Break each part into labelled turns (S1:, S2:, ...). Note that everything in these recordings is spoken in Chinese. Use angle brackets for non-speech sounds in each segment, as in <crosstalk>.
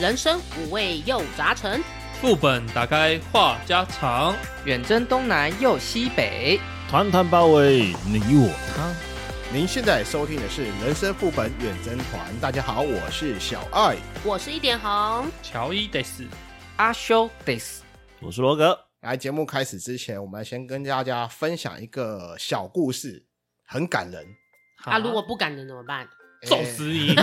S1: 人生五味又杂陈，
S2: 副本打开话家常，
S3: 远征东南又西北，
S4: 团团包围你我他。
S5: 您现在收听的是《人生副本远征团》，大家好，我是小爱。
S1: 我是一点红。
S2: 乔伊得死。
S3: 阿修 this
S4: 我是罗格，
S5: 来节目开始之前，我们先跟大家分享一个小故事，很感人。
S1: 啊，如果不感人怎么办？
S4: 哎
S2: 揍
S1: 哎
S2: 死
S4: <laughs>
S2: 你！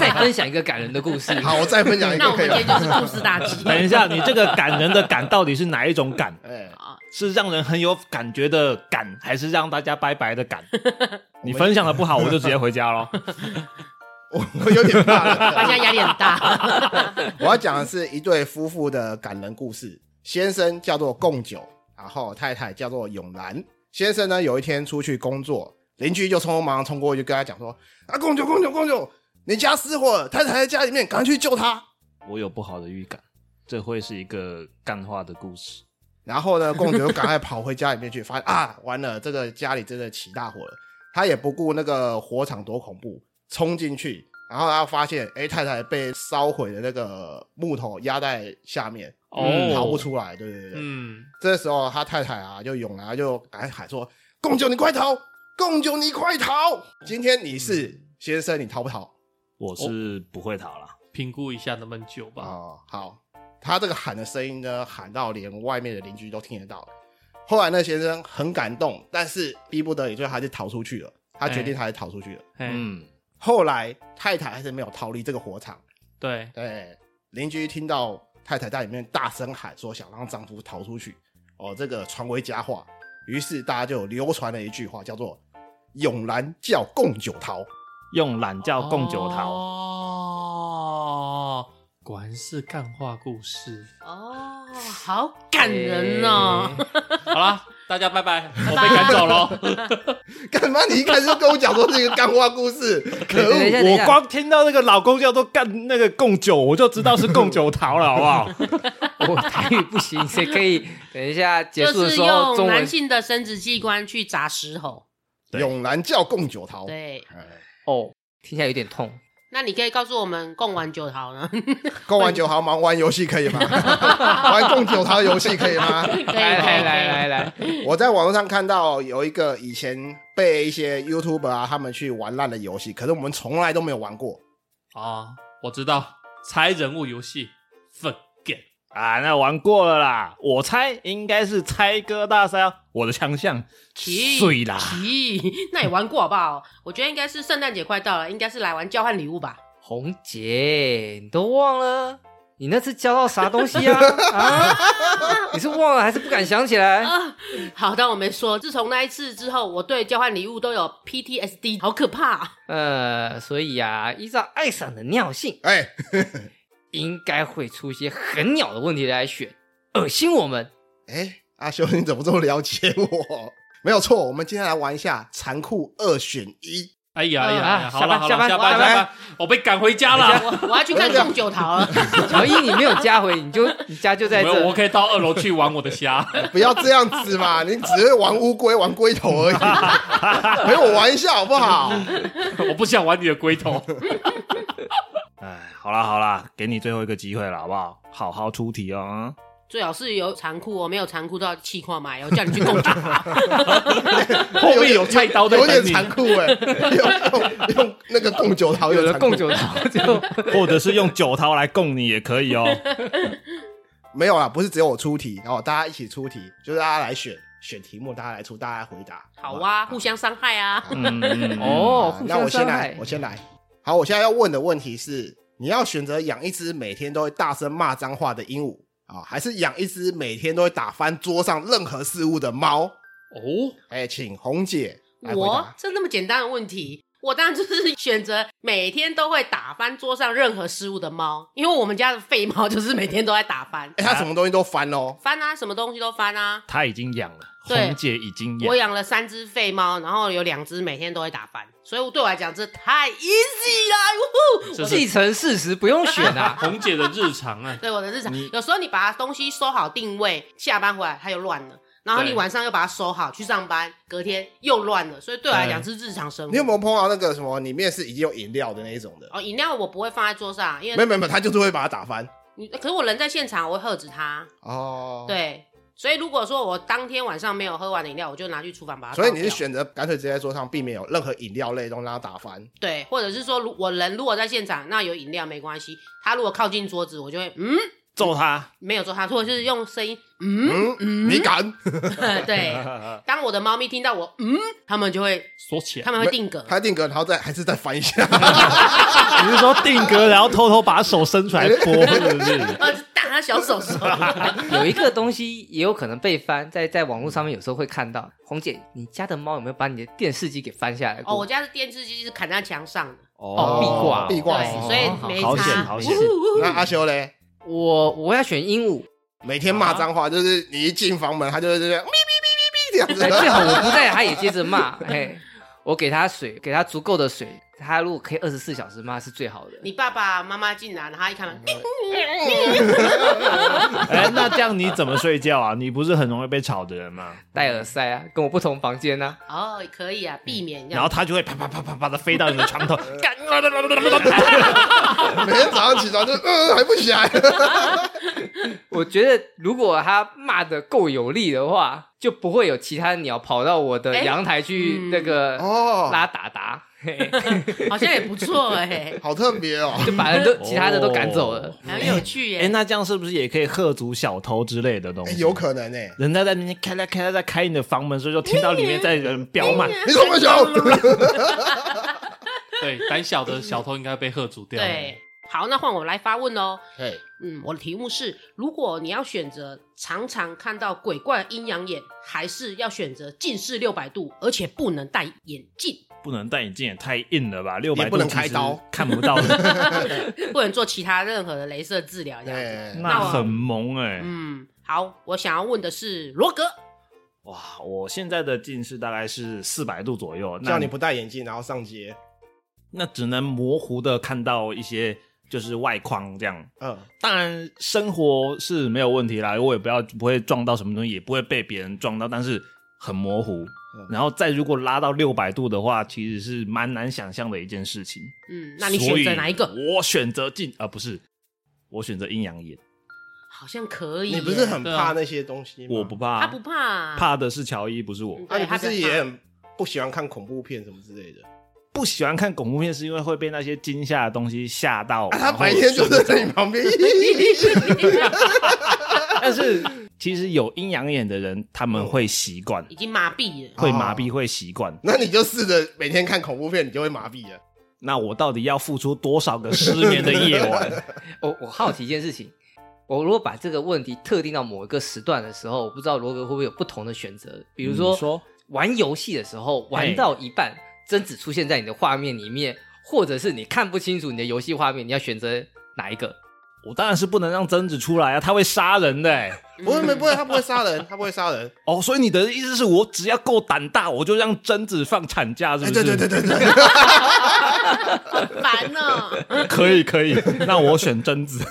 S3: 再分享一个感人的故事。
S5: 哎！好，我再分享一
S1: 那
S5: 个
S1: 我
S5: 可
S1: 们
S5: 以
S1: 今天就
S5: 吗？ <laughs>
S1: 是故事大集。
S3: 哎
S1: <laughs>
S4: 等一下，你这个感人的感到底是哪一种感？ <laughs>
S5: 哎，
S1: 啊，
S4: 是让人很有感觉的感，还是让大家拜拜的 <laughs> 感？你
S5: 我们
S4: 分享的不好，我就直接回家咯。
S5: 我我有点怕
S1: 大家
S5: 了。
S1: 压力很
S3: <laughs>
S1: 大。
S5: 我要讲的是一对夫妇的感人故事。先生叫做贡九，然后太太叫做永兰。先生呢，有一天出去工作，邻居就匆匆忙忙冲过去跟他讲说：“啊，贡九，贡九，贡九，你家失火了，太太在家里面，赶快去救她。”
S4: <laughs> 我有不好的预感，这会是一个干话的故事。
S5: 然后呢，公主就赶快跑回家里面去，发现啊，完了，这个家里真的起大火了。她也不顾那个火场多恐怖，冲进去，然后她发现，哎，太太被烧毁的那个木头压在下面，
S2: 哦
S5: 逃不出来。对对对，
S2: 嗯，
S5: 这时候他太太啊，就涌来就赶快喊说：“贡九，你快逃！贡九，你快逃！今天你
S2: 嗯
S5: 是先生，你逃不逃
S4: 我是不会逃了，
S2: 评估一下能不能救
S5: 啊、
S2: 吧。
S5: 好，他这个喊的声音呢，喊到连外面的邻居都听得到。后来那先生很感动，但是逼不得已，最后还是逃出去了。他决定还是逃出去了。
S2: 嗯，
S4: 嗯，
S5: 后来太太还是没有逃离这个火场。
S2: 对，
S5: 对，邻居听到太太在里面大声喊说想让丈夫逃出去，哦，这个传为佳话。于是大家就流传了一句话，叫做“永兰叫共九逃
S4: 用懒觉供酒逃。
S2: 哦，果然是干话故事。
S1: 哦，好感人
S3: 哎
S1: 哦。
S2: 好啦，大家拜拜，我被赶走喽。”。
S5: <laughs> 干嘛？你一开始就跟我讲说是一个干话故事，可
S3: 等一
S5: 恶！
S3: 下，等一
S4: 我
S3: 下，
S4: 光听到那个老公叫做干那个供酒，我就知道 <laughs> 是供啊酒
S2: <laughs>
S4: 逃了，好不好？
S3: 我哦台语不行，谁可以等一下结束
S1: 就
S3: 的
S1: 是
S3: 时候
S1: 用
S3: 中
S1: 男
S3: 文？
S1: 性的生殖器官去砸石猴。
S4: 对
S5: 永兰叫共九逃。
S1: 对，
S5: 哎，
S3: 哦，听起来有点痛。
S1: 那你可以告诉我们共玩九桃
S3: <laughs>
S1: 呢？
S5: 共玩九逃忙玩游戏
S2: <laughs>
S5: 可以吗？玩共九逃游戏可以吗？
S1: 可以
S3: 来来来
S1: 可以
S3: 来来，
S5: 我在网络上看到有一个以前被一些 YouTube 啊他们去玩烂的游戏，可是我们从来都没有玩过。
S2: 哦，我知道，猜人物游戏，forget。
S4: 啊，那玩过了啦。我猜应该是猜歌大赛哦，我的强项
S1: 奇
S4: 碎啦。
S1: 奇，那你玩过好不好？我觉得应该是圣诞节快到了，应该是来玩交换礼物吧。
S3: 红姐，你都忘了你那次交到啥东西啊？啊，你是忘了还是不敢想起
S1: <laughs>
S3: 来？
S1: 啊，好，当我没说。自从那一次之后，我对交换礼物都有 PTSD，好可怕、啊
S5: <laughs>
S3: 呃，所以啊，依照艾赏的尿性，
S5: 哎、
S3: 应该会出一些很鸟的问题来选，恶心我们。
S5: 哎、阿修，你怎么这么了解我？没有错，我们今天来玩一下残酷二选一。
S2: 哎呀哎呀哎呀，
S3: 啊
S2: 好了好
S3: 下
S2: 了，下
S3: 班下
S2: 班
S3: 班
S2: 下
S3: 下
S2: 班，我被赶回
S1: <laughs>
S2: 家了。
S1: 我我要去看中九桃
S5: <laughs>
S1: 了。
S3: 乔伊，你没有加回，你就你家就在
S2: 没有，我
S3: 这。
S2: 可以到二楼去玩我的虾。 <laughs>
S5: 不要这样子嘛，你只会玩乌龟、玩龟头而已，
S2: <laughs>
S5: 陪我玩一下好不好？
S2: 我不想玩你的龟头。
S4: 哎，好啦好啦，给你最后一个机会了，好不好？好好出题哦。嗯
S1: 最好是有残酷，我没有残酷都要气矿嘛，我叫你去共九桃。
S2: <laughs> 后面有菜刀在
S5: 有点
S2: 等你。
S5: 残酷哎、用用用那个共九桃
S3: 有了
S5: 残酷
S3: 供酒
S2: <laughs>
S3: 桃就
S4: 或者是用酒桃来供你也可以哦。
S5: 没有啊啦，不是只有我出题，然后大家一起出题，就是大家来选选题目，大家来出，大家来回答。 <laughs>
S1: 好
S5: 不
S1: 啊，互相伤害啊。 <laughs>
S4: 嗯嗯
S3: 哦，互
S5: 那
S3: 相
S5: 我先
S3: 伤
S5: 来
S3: 害，。
S5: 我先来。好，我现在要问的问题是：你要选择养一只每天都会大声骂脏话的鹦鹉啊，还是养一只每天都会打翻桌上任何事物的猫？
S2: 哦，
S5: 哎，请红姐来回
S1: 我
S5: 答。
S1: 这那么简单的问题，我当然就是选择每天都会打翻桌上任何事物的猫，因为我们家的废猫就是每天都在打翻， <laughs>
S5: 哎，它什么东西都翻哦。
S1: 翻啊，什么东西都翻啊。
S4: 他已经养了，
S1: 对
S4: 红姐已经
S1: 我
S4: 养。
S1: 养了三只废猫，然后有两只每天都会打翻，所以对我来讲这太 easy 了，呜呼！
S2: 这
S1: 我
S2: 是
S3: 既成事实，不用选啊。
S2: 红姐的日常啊。
S1: 对我的日常，有时候你把它东西收好定位，下班回来它就乱了。然后你
S2: 对
S1: 晚上又把它收好去上班，隔天又乱了，所以对我来讲是日常生活。
S5: 你有没有碰到那个什么里面是已经有饮料的那一种的？
S1: 啊哦，饮料我不会放在桌上，因
S5: 没
S1: 为
S5: 有没有没有，他就是会把它打翻。
S1: 你可是我人在现场，我会喝止它。
S5: 哦，，
S1: 对，所以如果说我当天晚上没有喝完的饮料，我就拿去厨房把它倒
S5: 所
S1: 掉。
S5: 以你是选择干脆直接在桌上，避免有任何饮料类的东西让它打翻。
S1: 对，或者是说，如我人如果在现场，那有饮料没关系。他如果靠近桌子，我就会嗯，<laughs>
S4: 揍他，
S1: 没有做他，或者是用声音嗯，
S5: 嗯，你敢？
S1: <laughs> 对。当我的猫咪听到我嗯，他们就会
S2: 锁起来
S1: 他，们会定格。
S5: 他定格，然后再还是再翻一下，
S4: 你是说定格，然后偷偷把手伸出来拨，是不是？
S1: <laughs> 呃，打他小
S4: <laughs>
S1: 手手，
S3: 有一个东西也有可能被翻，在在网络上面有时候会看到。红姐，你家的猫有没有把你的电视机给翻下来过？
S1: 哦，我家的电视机是砍在墙上的，
S3: 哦壁挂
S5: 壁挂
S1: 对，
S5: 死。
S1: 所以没
S4: 好险
S1: 差。
S4: 好险
S1: 呜呜呜
S5: 那阿修嘞，
S3: 我我要选鹦鹉，
S5: 每天骂脏话，就是你一进房门，他就是这样咪咪咪咪咪
S3: 哎
S5: 这样子。
S3: <laughs> 最好我不在，它也接着骂。嘿，我给它水，给它足够的水，它如果可以二十四小时骂是最好的。
S1: 你爸爸妈妈进来，然后他一看门，叮
S4: 嗯哎，那这样你怎么睡觉啊？你不是很容易被吵的人吗？
S3: 戴耳塞啊，跟我不同房间啊。
S1: <laughs> 哦，可以啊，避免这
S4: 然后
S1: 样。
S4: 他就会啪啪啪啪啪的飞到你的床头，干
S5: 每天早上起床就嗯还不起来，
S3: 我觉得如果它骂的够有力的话，就不会有其他鸟跑到我的
S1: 哎
S3: 阳台去
S1: 嗯
S3: 那个
S5: 哦
S3: 拉达达，嘿
S1: 好像也不错哎，
S4: <laughs>
S5: 好特别哦。
S3: 就把人都其他的都赶走了。
S1: 很有趣
S4: 哎，
S1: 耶。
S4: 那这样是不是也可以喝足小偷之类的东
S5: 哎
S4: 西？
S5: 有可能哎，
S4: 人家在那边开啦开啦在开你的房门，所以就听到里面在人飙骂。
S1: 嗯
S5: 你怎么想？
S2: 对，胆小的小偷应该被喝阻
S1: <laughs>
S2: 掉。
S1: 对，，好，那换我来发问哦。
S5: 嘿，
S1: 嗯，我的题目是：如果你要选择常常看到鬼怪阴阳眼，还是要选择近视六百度，而且不能戴眼镜，
S4: 不能戴眼镜也太硬了吧？六
S5: 也
S4: 百
S5: 不能开刀，
S4: 看不到，
S1: 不能做其他任何的镭射治疗这样子？
S5: 哎，
S4: 那很萌哎、
S1: 嗯，好，我想要问的是罗格，
S4: 哇，我现在的近视大概是四百度左右，那
S5: 叫你不戴眼镜然后上街，
S4: 那只能模糊的看到一些就是外框这样。
S5: 嗯，
S4: 当然，生活是没有问题啦，我也不要不会撞到什么东西，也不会被别人撞到，但是很模糊。
S1: 嗯
S4: 然后再如果拉到六百度的话，其实是蛮难想象的一件事情。
S1: 嗯，那你选择哪一
S4: 所
S1: 个？
S4: 以我选择近啊，不是，我选择阴阳眼。
S1: 好像可以耶，
S5: 你不是很
S2: 对
S5: 怕
S2: 啊
S5: 那些东西吗？
S4: 我不，
S1: 嗯他
S4: 怕，
S1: 不怕啊
S4: 怕的是乔伊，不是我。
S1: 嗯
S5: 啊，
S1: 对
S5: 你不
S1: 他
S5: 是
S1: 比较
S5: 也很不喜欢看恐怖片什么之类的？
S4: 不喜欢看恐怖片是因为会被那些惊吓的东西吓到。
S5: 啊他
S4: 然后
S5: 白天就
S4: 睡不
S5: 在
S4: 着
S5: 你旁边， <laughs>
S4: 但是其实有阴阳眼的人，他们会习惯，
S1: 已经麻痹了。
S4: 会麻痹，会习惯。
S5: 那你就试着每天看恐怖片，你就会麻痹了。
S4: 那我到底要付出多少个失眠的夜
S5: <laughs>
S4: 晚？
S3: 我我好奇一件事情，我如果把这个问题特定到某一个时段的时候，我不知道罗格会不会有不同的选择，比如说,、
S4: 嗯你说
S3: 玩游戏的时候，玩
S4: 嘿
S3: 到一半，贞子出现在你的画面里面，或者是你看不清楚你的游戏画面，你要选择哪一个？
S4: 我当然是不能让贞子出来啊，他会杀人的、欸。
S1: 嗯
S5: 不会，没不会，他不会杀人，他不会杀人。
S4: 哦，所以你的意思是我只要够胆大，我就让贞子放产假，是不
S5: 哎，
S4: 是？
S5: 对对对对对， <laughs>
S1: 烦呢。
S4: 对，可以可以。那我选贞子，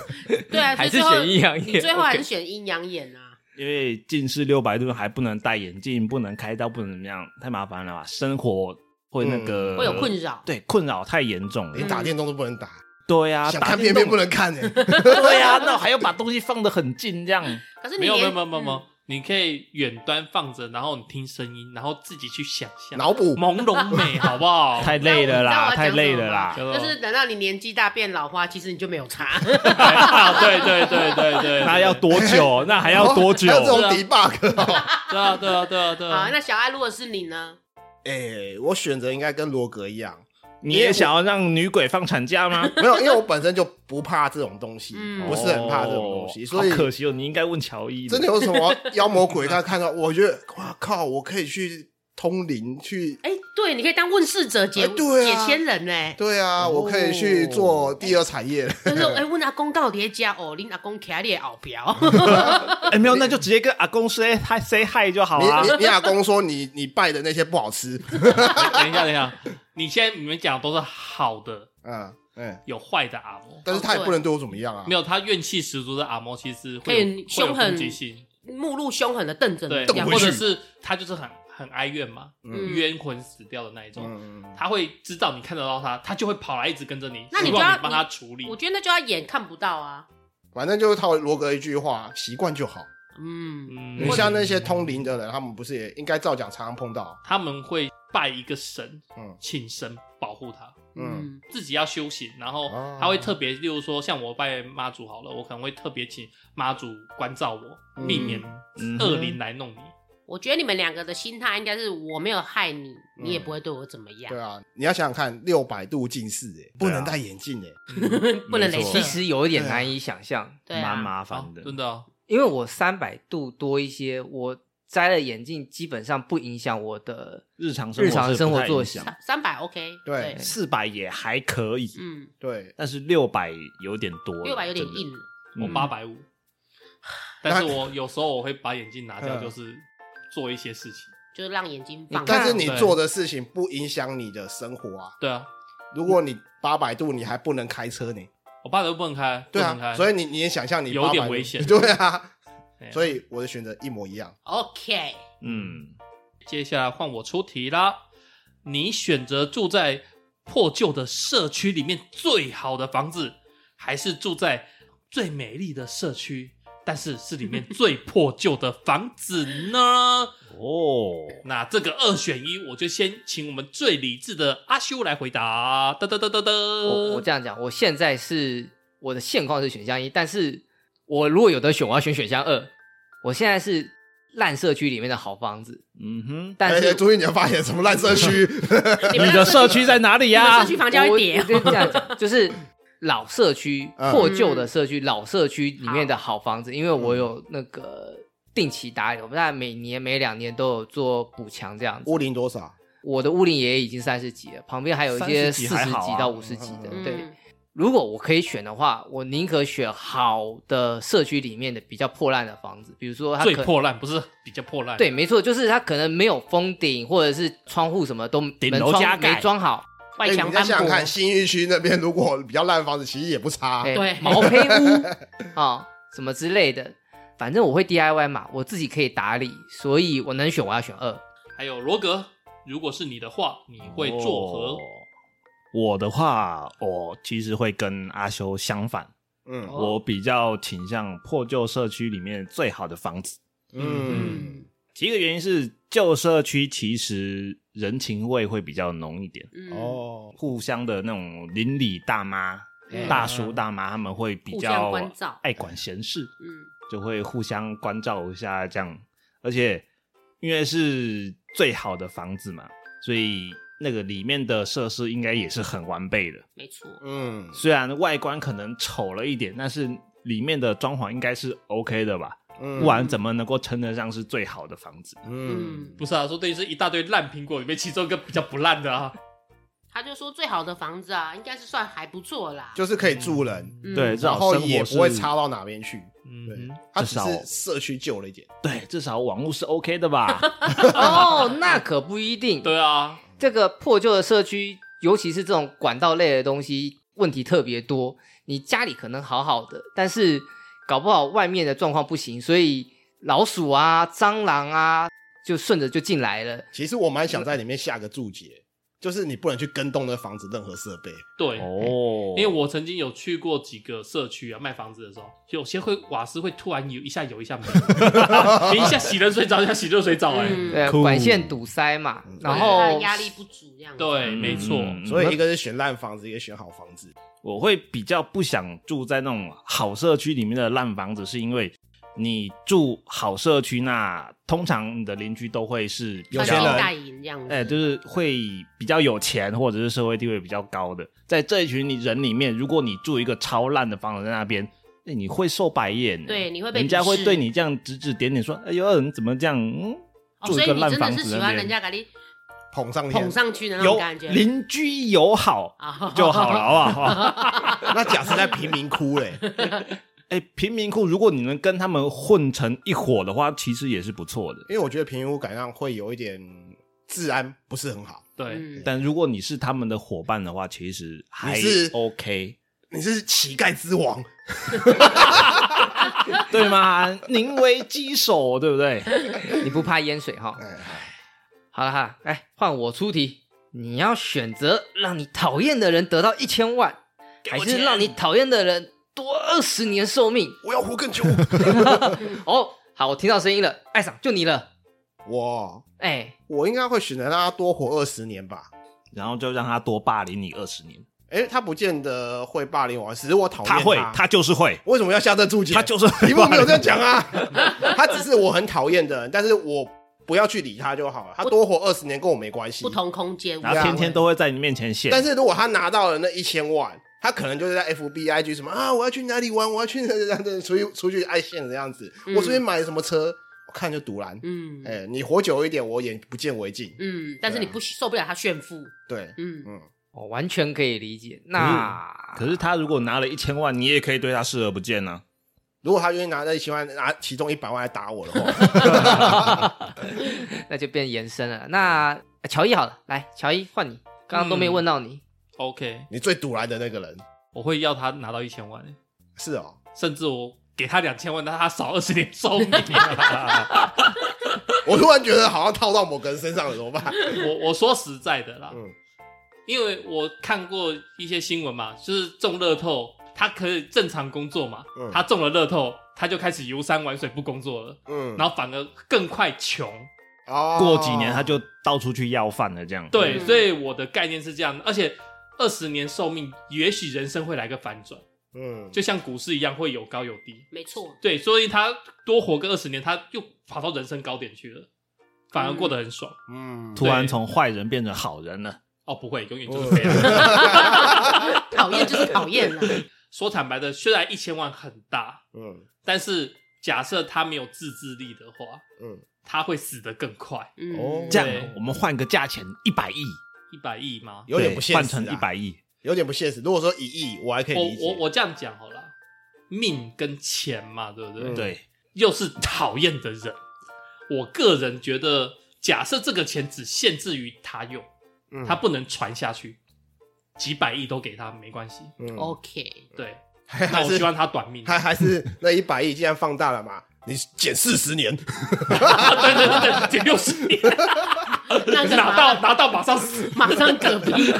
S1: 对啊，所以
S3: 还是
S1: 最后
S3: 选阴阳眼
S1: 你最后还是
S3: OK
S1: 选阴阳眼啊？
S4: 因为近视六百度还不能戴眼镜，不能开刀，不能怎么样，太麻烦了吧？生活会那个、
S5: 嗯
S1: 会有困，扰。
S4: 对困扰太严重了
S5: 连。打电动都不能打，
S4: 对呀、啊，
S5: 哎想
S4: 打
S5: 看
S4: 电
S5: 片
S4: 动
S5: 片不能看哎。 <laughs>
S4: 对呀、那我还要把东西放得很近，这样
S1: 可是你
S2: 没有没有
S1: 连
S2: 没有没有没有
S1: 嗯，
S2: 你可以远端放着，然后你听声音，然后自己去想象
S5: 脑补
S2: 朦胧美，好不
S4: <laughs>
S2: 好？
S4: 太累了啦，
S1: 你知哦道我
S4: 太
S1: 要讲什么吗啊
S4: 累了啦。
S1: 就是等到你年纪大变老花，其实你就没有差。
S2: 对对对对
S5: <laughs>
S2: 对，
S4: 那要多久？那还要多久
S5: 还？有这种 debug 哦。
S2: 对啊对啊对啊对
S1: 好，
S2: 啊，
S1: 那小爱如果是你呢？
S5: <laughs> 哎，我选择应该跟罗格一样，
S4: 你也想要让女鬼放产假
S5: <laughs>
S4: 吗？
S5: 没有，因为我本身就不怕这种东西，
S1: 嗯
S5: 不是很怕这种东西，
S4: 哦
S5: 所以
S4: 好可惜哦，你应该问乔伊。
S5: 真的，有什么妖魔鬼怪看到，我觉得哇靠，我可以去通灵去。
S1: 哎，对，你可以当问世者解
S5: 哎对
S1: 解
S5: 啊
S1: 签人呢。
S5: 对啊，我可以去做第二产业了。
S1: 就是
S5: <laughs>
S1: 哎，问阿公到底在家哦，你阿公徛你的后哦表。
S4: 哎，没有，那就直接跟阿公 say hi say hi 就好啊啦
S5: 你。你你阿公说你 <laughs> 你拜的那些不好吃，
S2: 等一下等一下，你现在你们讲的都是好的，
S5: 嗯嗯，
S2: 有坏的阿嬷，
S5: 但是他也不能对我怎么样啊。
S2: 没有他怨气十足的阿嬷，其实
S1: 可
S2: 会有
S1: 以凶
S2: 会有
S1: 狠
S2: 攻击性，
S5: 嗯
S1: <laughs> 目露凶狠的瞪着
S2: 对
S1: 你，这，样
S5: 回
S2: 或
S5: 去
S2: 者是他就是很很哀怨嘛，
S1: 嗯
S2: 冤魂死掉的那一种，
S5: 嗯，嗯
S2: 他会知道你看得到他，他就会跑来一直跟着你，
S1: 那你
S2: 希
S1: 就要
S2: 望你帮他处理
S1: 我。觉得那就要演看不到啊，
S5: 反正就是套罗格一句话，习惯就好。
S1: 嗯，
S2: 嗯
S5: 你像那些通灵的人，他们不是也应该照讲常常碰到？
S2: 他们会拜一个神，
S5: 嗯
S2: 请神保护他，
S5: 嗯，
S1: 嗯，
S2: 自己要修行，然后
S5: 哦
S1: 啊
S2: 他会特别，例如说像我拜妈祖好了，我可能会特别请妈祖关照我，
S5: 嗯
S2: 避免
S4: 嗯
S2: 恶灵来弄你。
S1: 我觉得你们两个的心态应该是我没有害你，你也
S5: 嗯
S1: 不会对我怎么样
S5: 对，啊，你要想想看，六百度近视哎、
S2: 啊
S5: 不能戴眼镜哎、
S1: <laughs> 不能累
S4: 没错
S1: 积
S3: 其，实有一点难以想象，
S1: 对
S4: 蛮
S1: 啊，
S4: 麻
S2: 好
S4: 烦，的。
S2: 真的哦，
S3: 因为我三百度多一些，我摘了眼镜基本上不影响我的
S4: 日常
S3: 日常生活作息
S4: 息，
S1: 三三百 OK，
S5: 对
S4: 四百也还可以，
S1: 嗯，
S5: 对，
S4: 但是六百有点多了，
S1: 六百有点
S4: 真的
S1: 硬。了。
S2: 我
S4: 嗯
S2: 八百五，但是我有时候我会把眼镜拿掉，
S5: 嗯
S2: 就是做一些事情。
S1: 就是让眼睛放
S3: 你
S1: 开。
S5: 但
S3: 看
S5: 是你做的事情不影响你的生活啊。
S2: 对啊，
S5: 如果你八百度，你还不能开车呢。
S2: 我爸都不能开，
S5: 对
S2: 不能开哎
S5: 啊，所以你你也想象你
S2: 有点
S5: 800
S2: 危险
S5: 对啊，
S2: 以
S5: 所以我的选择一模一样。 <laughs>
S1: OK，
S4: 嗯，
S2: 接下来换我出题啦。你选择住在破旧的社区里面最好的房子，还是住在最美丽的社区，但是是里
S5: <laughs>
S2: 面最破旧的房子呢？
S4: 哦，
S2: 那这个二选一，我就先请我们最理智的阿修来回答。噔噔噔噔
S3: 我
S2: 噔，
S3: 我呃这样讲，我现在是我的现况是选项一，但是我如果有得选，我要选选项二。我现在是烂社区里面的好房子，
S4: 嗯哼，
S3: 但
S5: 哎
S3: 是
S5: 注意你的发言，什么烂社区？
S1: 你
S4: 你
S1: 们
S4: 的社区在哪里
S1: 你们
S4: 呀、
S1: 社区房价会跌
S3: 啊
S1: 哦
S3: 我我就这样讲，就是老社区、
S5: 嗯
S3: 破旧的社区、老社区里面的好房子，因为我有那个定期打理，我们大概每年每两年都有做补强这样子。
S5: 屋龄多少？
S3: 我的屋龄也已经三十级了，旁边还有一些
S4: 30
S3: 四
S4: 级
S3: 十
S4: 还好啊
S3: 级到五十级的。
S1: 嗯
S3: 对，如果我可以选的话，我宁可选好的社区里面的比较破烂的房子，比如说它
S2: 最
S3: 可
S2: 破烂不是比较破烂？
S3: 对，没错，就是它可能没有封顶，或者是窗户什么都门
S4: 顶楼
S3: 窗
S4: 加盖
S3: 没装好，
S1: 外
S5: 哎
S1: 墙
S5: 你再
S1: 斑
S5: 想想
S1: 驳，
S5: 看，新域区那边如果比较烂房子，其实也不
S4: 啊
S5: 差。
S3: 哎
S1: 对
S3: 毛坯屋啊、什么之类的，反正我会 DIY 嘛，我自己可以打理，所以我能选我要选二。
S2: 还有罗格，如果是你的话，你会作何？
S4: 哦我的话，我其实会跟阿修相反，
S5: 嗯
S2: 哦
S4: 我比较倾向破旧社区里面最好的房子。
S5: 嗯
S4: 其一个原因是旧社区其实人情味会比较浓一点，
S1: 嗯，
S5: 哦，
S4: 互相的那种邻里大妈、
S1: 嗯
S4: 大叔、大妈他们会比
S1: 互相
S4: 较
S1: 关照
S4: 爱管闲事，
S1: 嗯
S4: 就会互相关照一下这样。而且因为是最好的房子嘛，所以那个里面的设施应该也是很完备的。
S1: 没错，
S5: 嗯，
S4: 虽然外观可能丑了一点，但是里面的装潢应该是 OK 的吧？
S5: 嗯
S4: 不然怎么能够称得上是最好的房子？
S5: 嗯
S1: 嗯，
S2: 不是啊，说等于是一大堆烂苹果里面，其中一个比较不烂的啊。
S1: 他就说最好的房子啊，应该是算还不错啦，
S5: 就是可以住人，
S1: 嗯
S4: 对，至少
S5: 然后
S4: 生活
S5: 也
S4: 是
S5: 不会差到哪边去。对
S2: 嗯，，
S5: 它
S4: 至
S5: 只
S4: 少
S5: 是社区旧了一点。
S4: 对，至少网络是 OK 的 <laughs> 吧？
S3: 哦，那可不一定。
S2: 对啊，
S3: 这个破旧的社区，尤其是这种管道类的东西，问题特别多。你家里可能好好的，但是搞不好外面的状况不行，所以老鼠啊、蟑螂啊，就顺着就进来了。
S5: 其实我蛮想在里面下个注解，就是你不能去跟动那房子任何设备。
S2: 对，
S4: 哦
S2: 因为我曾经有去过几个社区啊，卖房子的时候，有些会瓦斯会突然有一下有一
S4: <laughs>
S2: 下没有，你一下洗冷水澡，一下洗热水澡，哎，
S1: 嗯
S3: 对，
S4: Cool
S3: 管线堵塞嘛，
S5: 嗯
S3: 然
S1: 他的
S3: 后
S1: 啊压力不足这样子，哦
S2: 对，没错，
S4: 嗯
S5: 所以一个是选烂房子，一个选好房子。
S4: 我会比较不想住在那种好社区里面的烂房子，是因为你住好社区，那通常你的邻居都会是比
S5: 有
S1: 穿
S5: 些
S1: 金
S5: 人
S1: 戴银这样子，
S4: 哎、就是会比较有钱或者是社会地位比较高的，在这一群人里面，如果你住一个超烂的房子在那边，哎你会受白眼，欸
S1: 对你会被
S4: 人家会
S1: 鄙视
S4: 对你这样指指点点说，哎呦，你怎么这样？嗯，
S1: 哦
S4: 住
S1: 所
S4: 一
S1: 以
S4: 个
S1: 你
S4: 烂
S1: 真的
S4: 房
S1: 是
S4: 子
S1: 喜
S4: 那
S1: 欢
S4: 边，
S1: 人家给你
S5: 捧上天
S1: 捧，上去的那种
S4: 有
S1: 感觉，
S4: 邻居友好
S1: <laughs> 啊
S4: 就好了，，好不好？ <laughs>
S5: 那假设在贫民窟嘞，
S4: 哎、贫民窟，如果你能跟他们混成一伙的话，其实也是不错的。
S5: 因为我觉得贫民窟感上会有一点治安不是很好。
S2: 对，
S1: 嗯，
S4: 但如果你是他们的伙伴的话，其实还
S5: 你是
S4: OK。
S5: 你是乞丐之王，
S4: 对吗？ <laughs> 宁为鸡首，对不对？
S3: 你不怕淹水哈？
S5: 哎
S3: 好了哈，来换我出题。你要选择让你讨厌的人得到一千万，还是让你讨厌的人多二十年寿命？
S5: 我要活更
S4: <laughs>
S5: 久。
S3: 哦，好，我听到声音了，艾赏就你了。
S5: 我
S3: 哎，
S5: 我应该会选择让他多活二十年吧。
S4: 然后就让他多霸凌你二十年，
S5: 哎、他不见得会霸凌我，只是我讨厌
S4: 他会，他就是会，
S5: 为什么要下这注解？
S4: 他
S5: <laughs>
S4: 就是
S5: 题目没有这样讲啊，他只是我很讨厌的人，但是我不要去理他就好了。他多活二十年跟我没关系
S1: 不。同空间，啊
S4: 然后天天都会在你面前现。
S5: 但是如果他拿到了那一千万，他可能就是在 FBI g 什么啊，我要去哪里玩，我要去 <laughs> 哪里这样出去出去爱现的样子。
S1: 嗯
S5: 我出去买什么车，我看就独蓝。
S1: 嗯
S5: 哎、你活久一点，我眼不见为净。
S1: 嗯，
S4: 啊
S1: 但是你不受不了他炫富，
S5: 对，
S1: 嗯，
S5: 嗯，
S3: 我完全可以理解。那
S4: 可是他如果拿了一千万，你也可以对他视而不见啊呢、
S5: 如果他愿意拿那一千万，拿其中一百万来打我的话，
S4: <laughs>
S3: <laughs> 那就变延伸了。那呃乔伊好了，来，乔伊换你，刚刚都没问到你。
S2: OK，
S5: 你最独蓝的那个人
S2: 我会要他拿到一千万、
S5: 是哦。
S2: 甚至我给他两千万，但他少二十年寿
S1: <laughs>
S2: 命。
S5: 我突然觉得好像套到某个人身上了，怎么办？
S2: 我我说实在的啦，
S5: 嗯
S2: 因为我看过一些新闻嘛，就是中乐透，他可以正常工作嘛，
S5: 嗯
S2: 他中了乐透，他就开始游山玩水不工作了，
S5: 嗯，
S2: 然后反而更快穷。
S5: 哦
S4: 过几年他就到处去要饭了，这样。
S2: 对，
S1: 嗯
S2: 所以我的概念是这样的，而且二十年寿命，也许人生会来个反转，
S5: 嗯
S2: 就像股市一样会有高有低。
S1: 没错，
S2: 对，所以他多活个二十年，他又跑到人生高点去了，反而过得很爽。
S5: 嗯
S4: 突然从坏人变成好人了，
S2: 哦，不会，永远就是这
S5: 哦
S2: 样。
S5: <laughs>
S1: 讨厌就是讨厌
S4: <laughs>
S1: 了，
S2: 说坦白的，虽然一千万很大，
S5: 嗯
S2: 但是假设他没有自制力的话，
S5: 嗯
S2: 他会死得更快。
S5: 哦
S1: 嗯，
S4: 这样
S2: 对
S4: 我们换个价钱一百亿，
S2: 一百亿吗？
S5: 有点
S4: 对
S5: 不现
S4: 换
S5: 实、啊，
S4: 成一，百亿，
S5: 有点不现实。如果说一亿，我还可以
S2: 我
S5: 理解。
S2: 我我这样讲好了，命跟钱嘛，对不对？
S5: 嗯
S4: 对，
S2: 又是讨厌的人，我个人觉得，假设这个钱只限制于他用，
S5: 嗯
S2: 他不能传下去，几百亿都给他没关系。
S5: 嗯
S4: 哦
S1: OK，
S2: 对，
S5: 还
S2: 那
S5: 嗯还
S2: 我希
S5: 是
S2: 望他短命。
S5: 还还是那一百亿，既然放大了嘛，你减四十年， <laughs>
S2: 啊对对对对，减六十年，
S1: 那个
S2: <laughs> 拿
S1: 马
S2: 到拿到马上死。
S1: 马上嗝屁，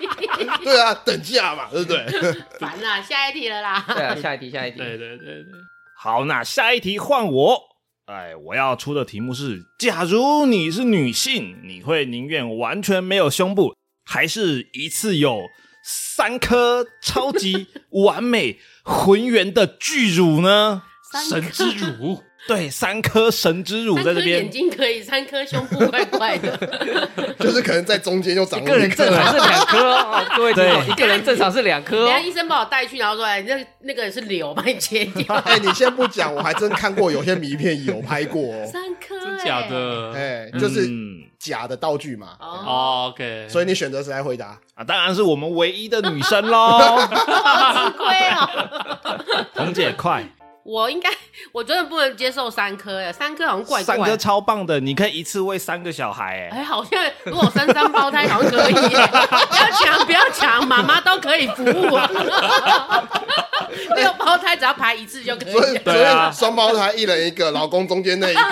S1: <laughs>
S5: 对啊，等价嘛，对不对？ <laughs>
S1: 烦啦，下一题了啦，
S3: 对啊，下一题，下一题。
S2: 对对对对，
S4: 好，那下一题换我。哎，我要出的题目是：假如你是女性，你会宁愿完全没有胸部，还是一次有三颗超级完美浑圆的巨乳呢？
S2: 神之乳，
S4: <laughs> 对，三颗神之乳
S1: 三
S4: 在
S1: 颗
S4: 这边
S1: 眼，睛可以，三颗胸部怪怪的，
S5: 就是可能在中间就长
S3: 一
S5: 了
S3: 个人
S5: 一
S3: 正
S5: 个
S3: 常是两颗哦，各位听众，
S4: 对
S3: 一个人正常是两颗
S1: 等一下
S3: 哦。
S1: 医生把我带去，然后说，哎，那那个是瘤，把你切
S5: <laughs>
S1: 掉，
S5: 哎、你先不讲，我还真看过有些迷片有拍过哦，
S1: 三颗，
S2: 真假？的？
S5: 哎、就是
S4: 嗯
S5: 假的道具嘛。
S1: 哦，
S2: 哦，OK，
S5: 所以你选择谁来回答？
S4: 啊，当然是我们唯一的女
S1: <laughs>
S4: 生喽。
S1: 好吃亏哦。
S4: 红姐，快，
S1: <laughs> 我应该，我真的不能接受三颗哎，三颗好像怪
S4: 三
S1: 怪
S4: 颗
S1: 的。
S4: 超棒的，你可以一次喂三个小孩，
S1: 哎，
S4: 哎，
S1: 好像如果三三胞胎好像可以耶，不要抢，不要抢，妈妈都可以服务。 <laughs> 六胞胎只要排一次就可
S5: 所以
S1: 以，
S5: 所
S4: 对啊
S5: 以双胞胎一人一个，老公中间那
S1: <laughs>
S5: 一个。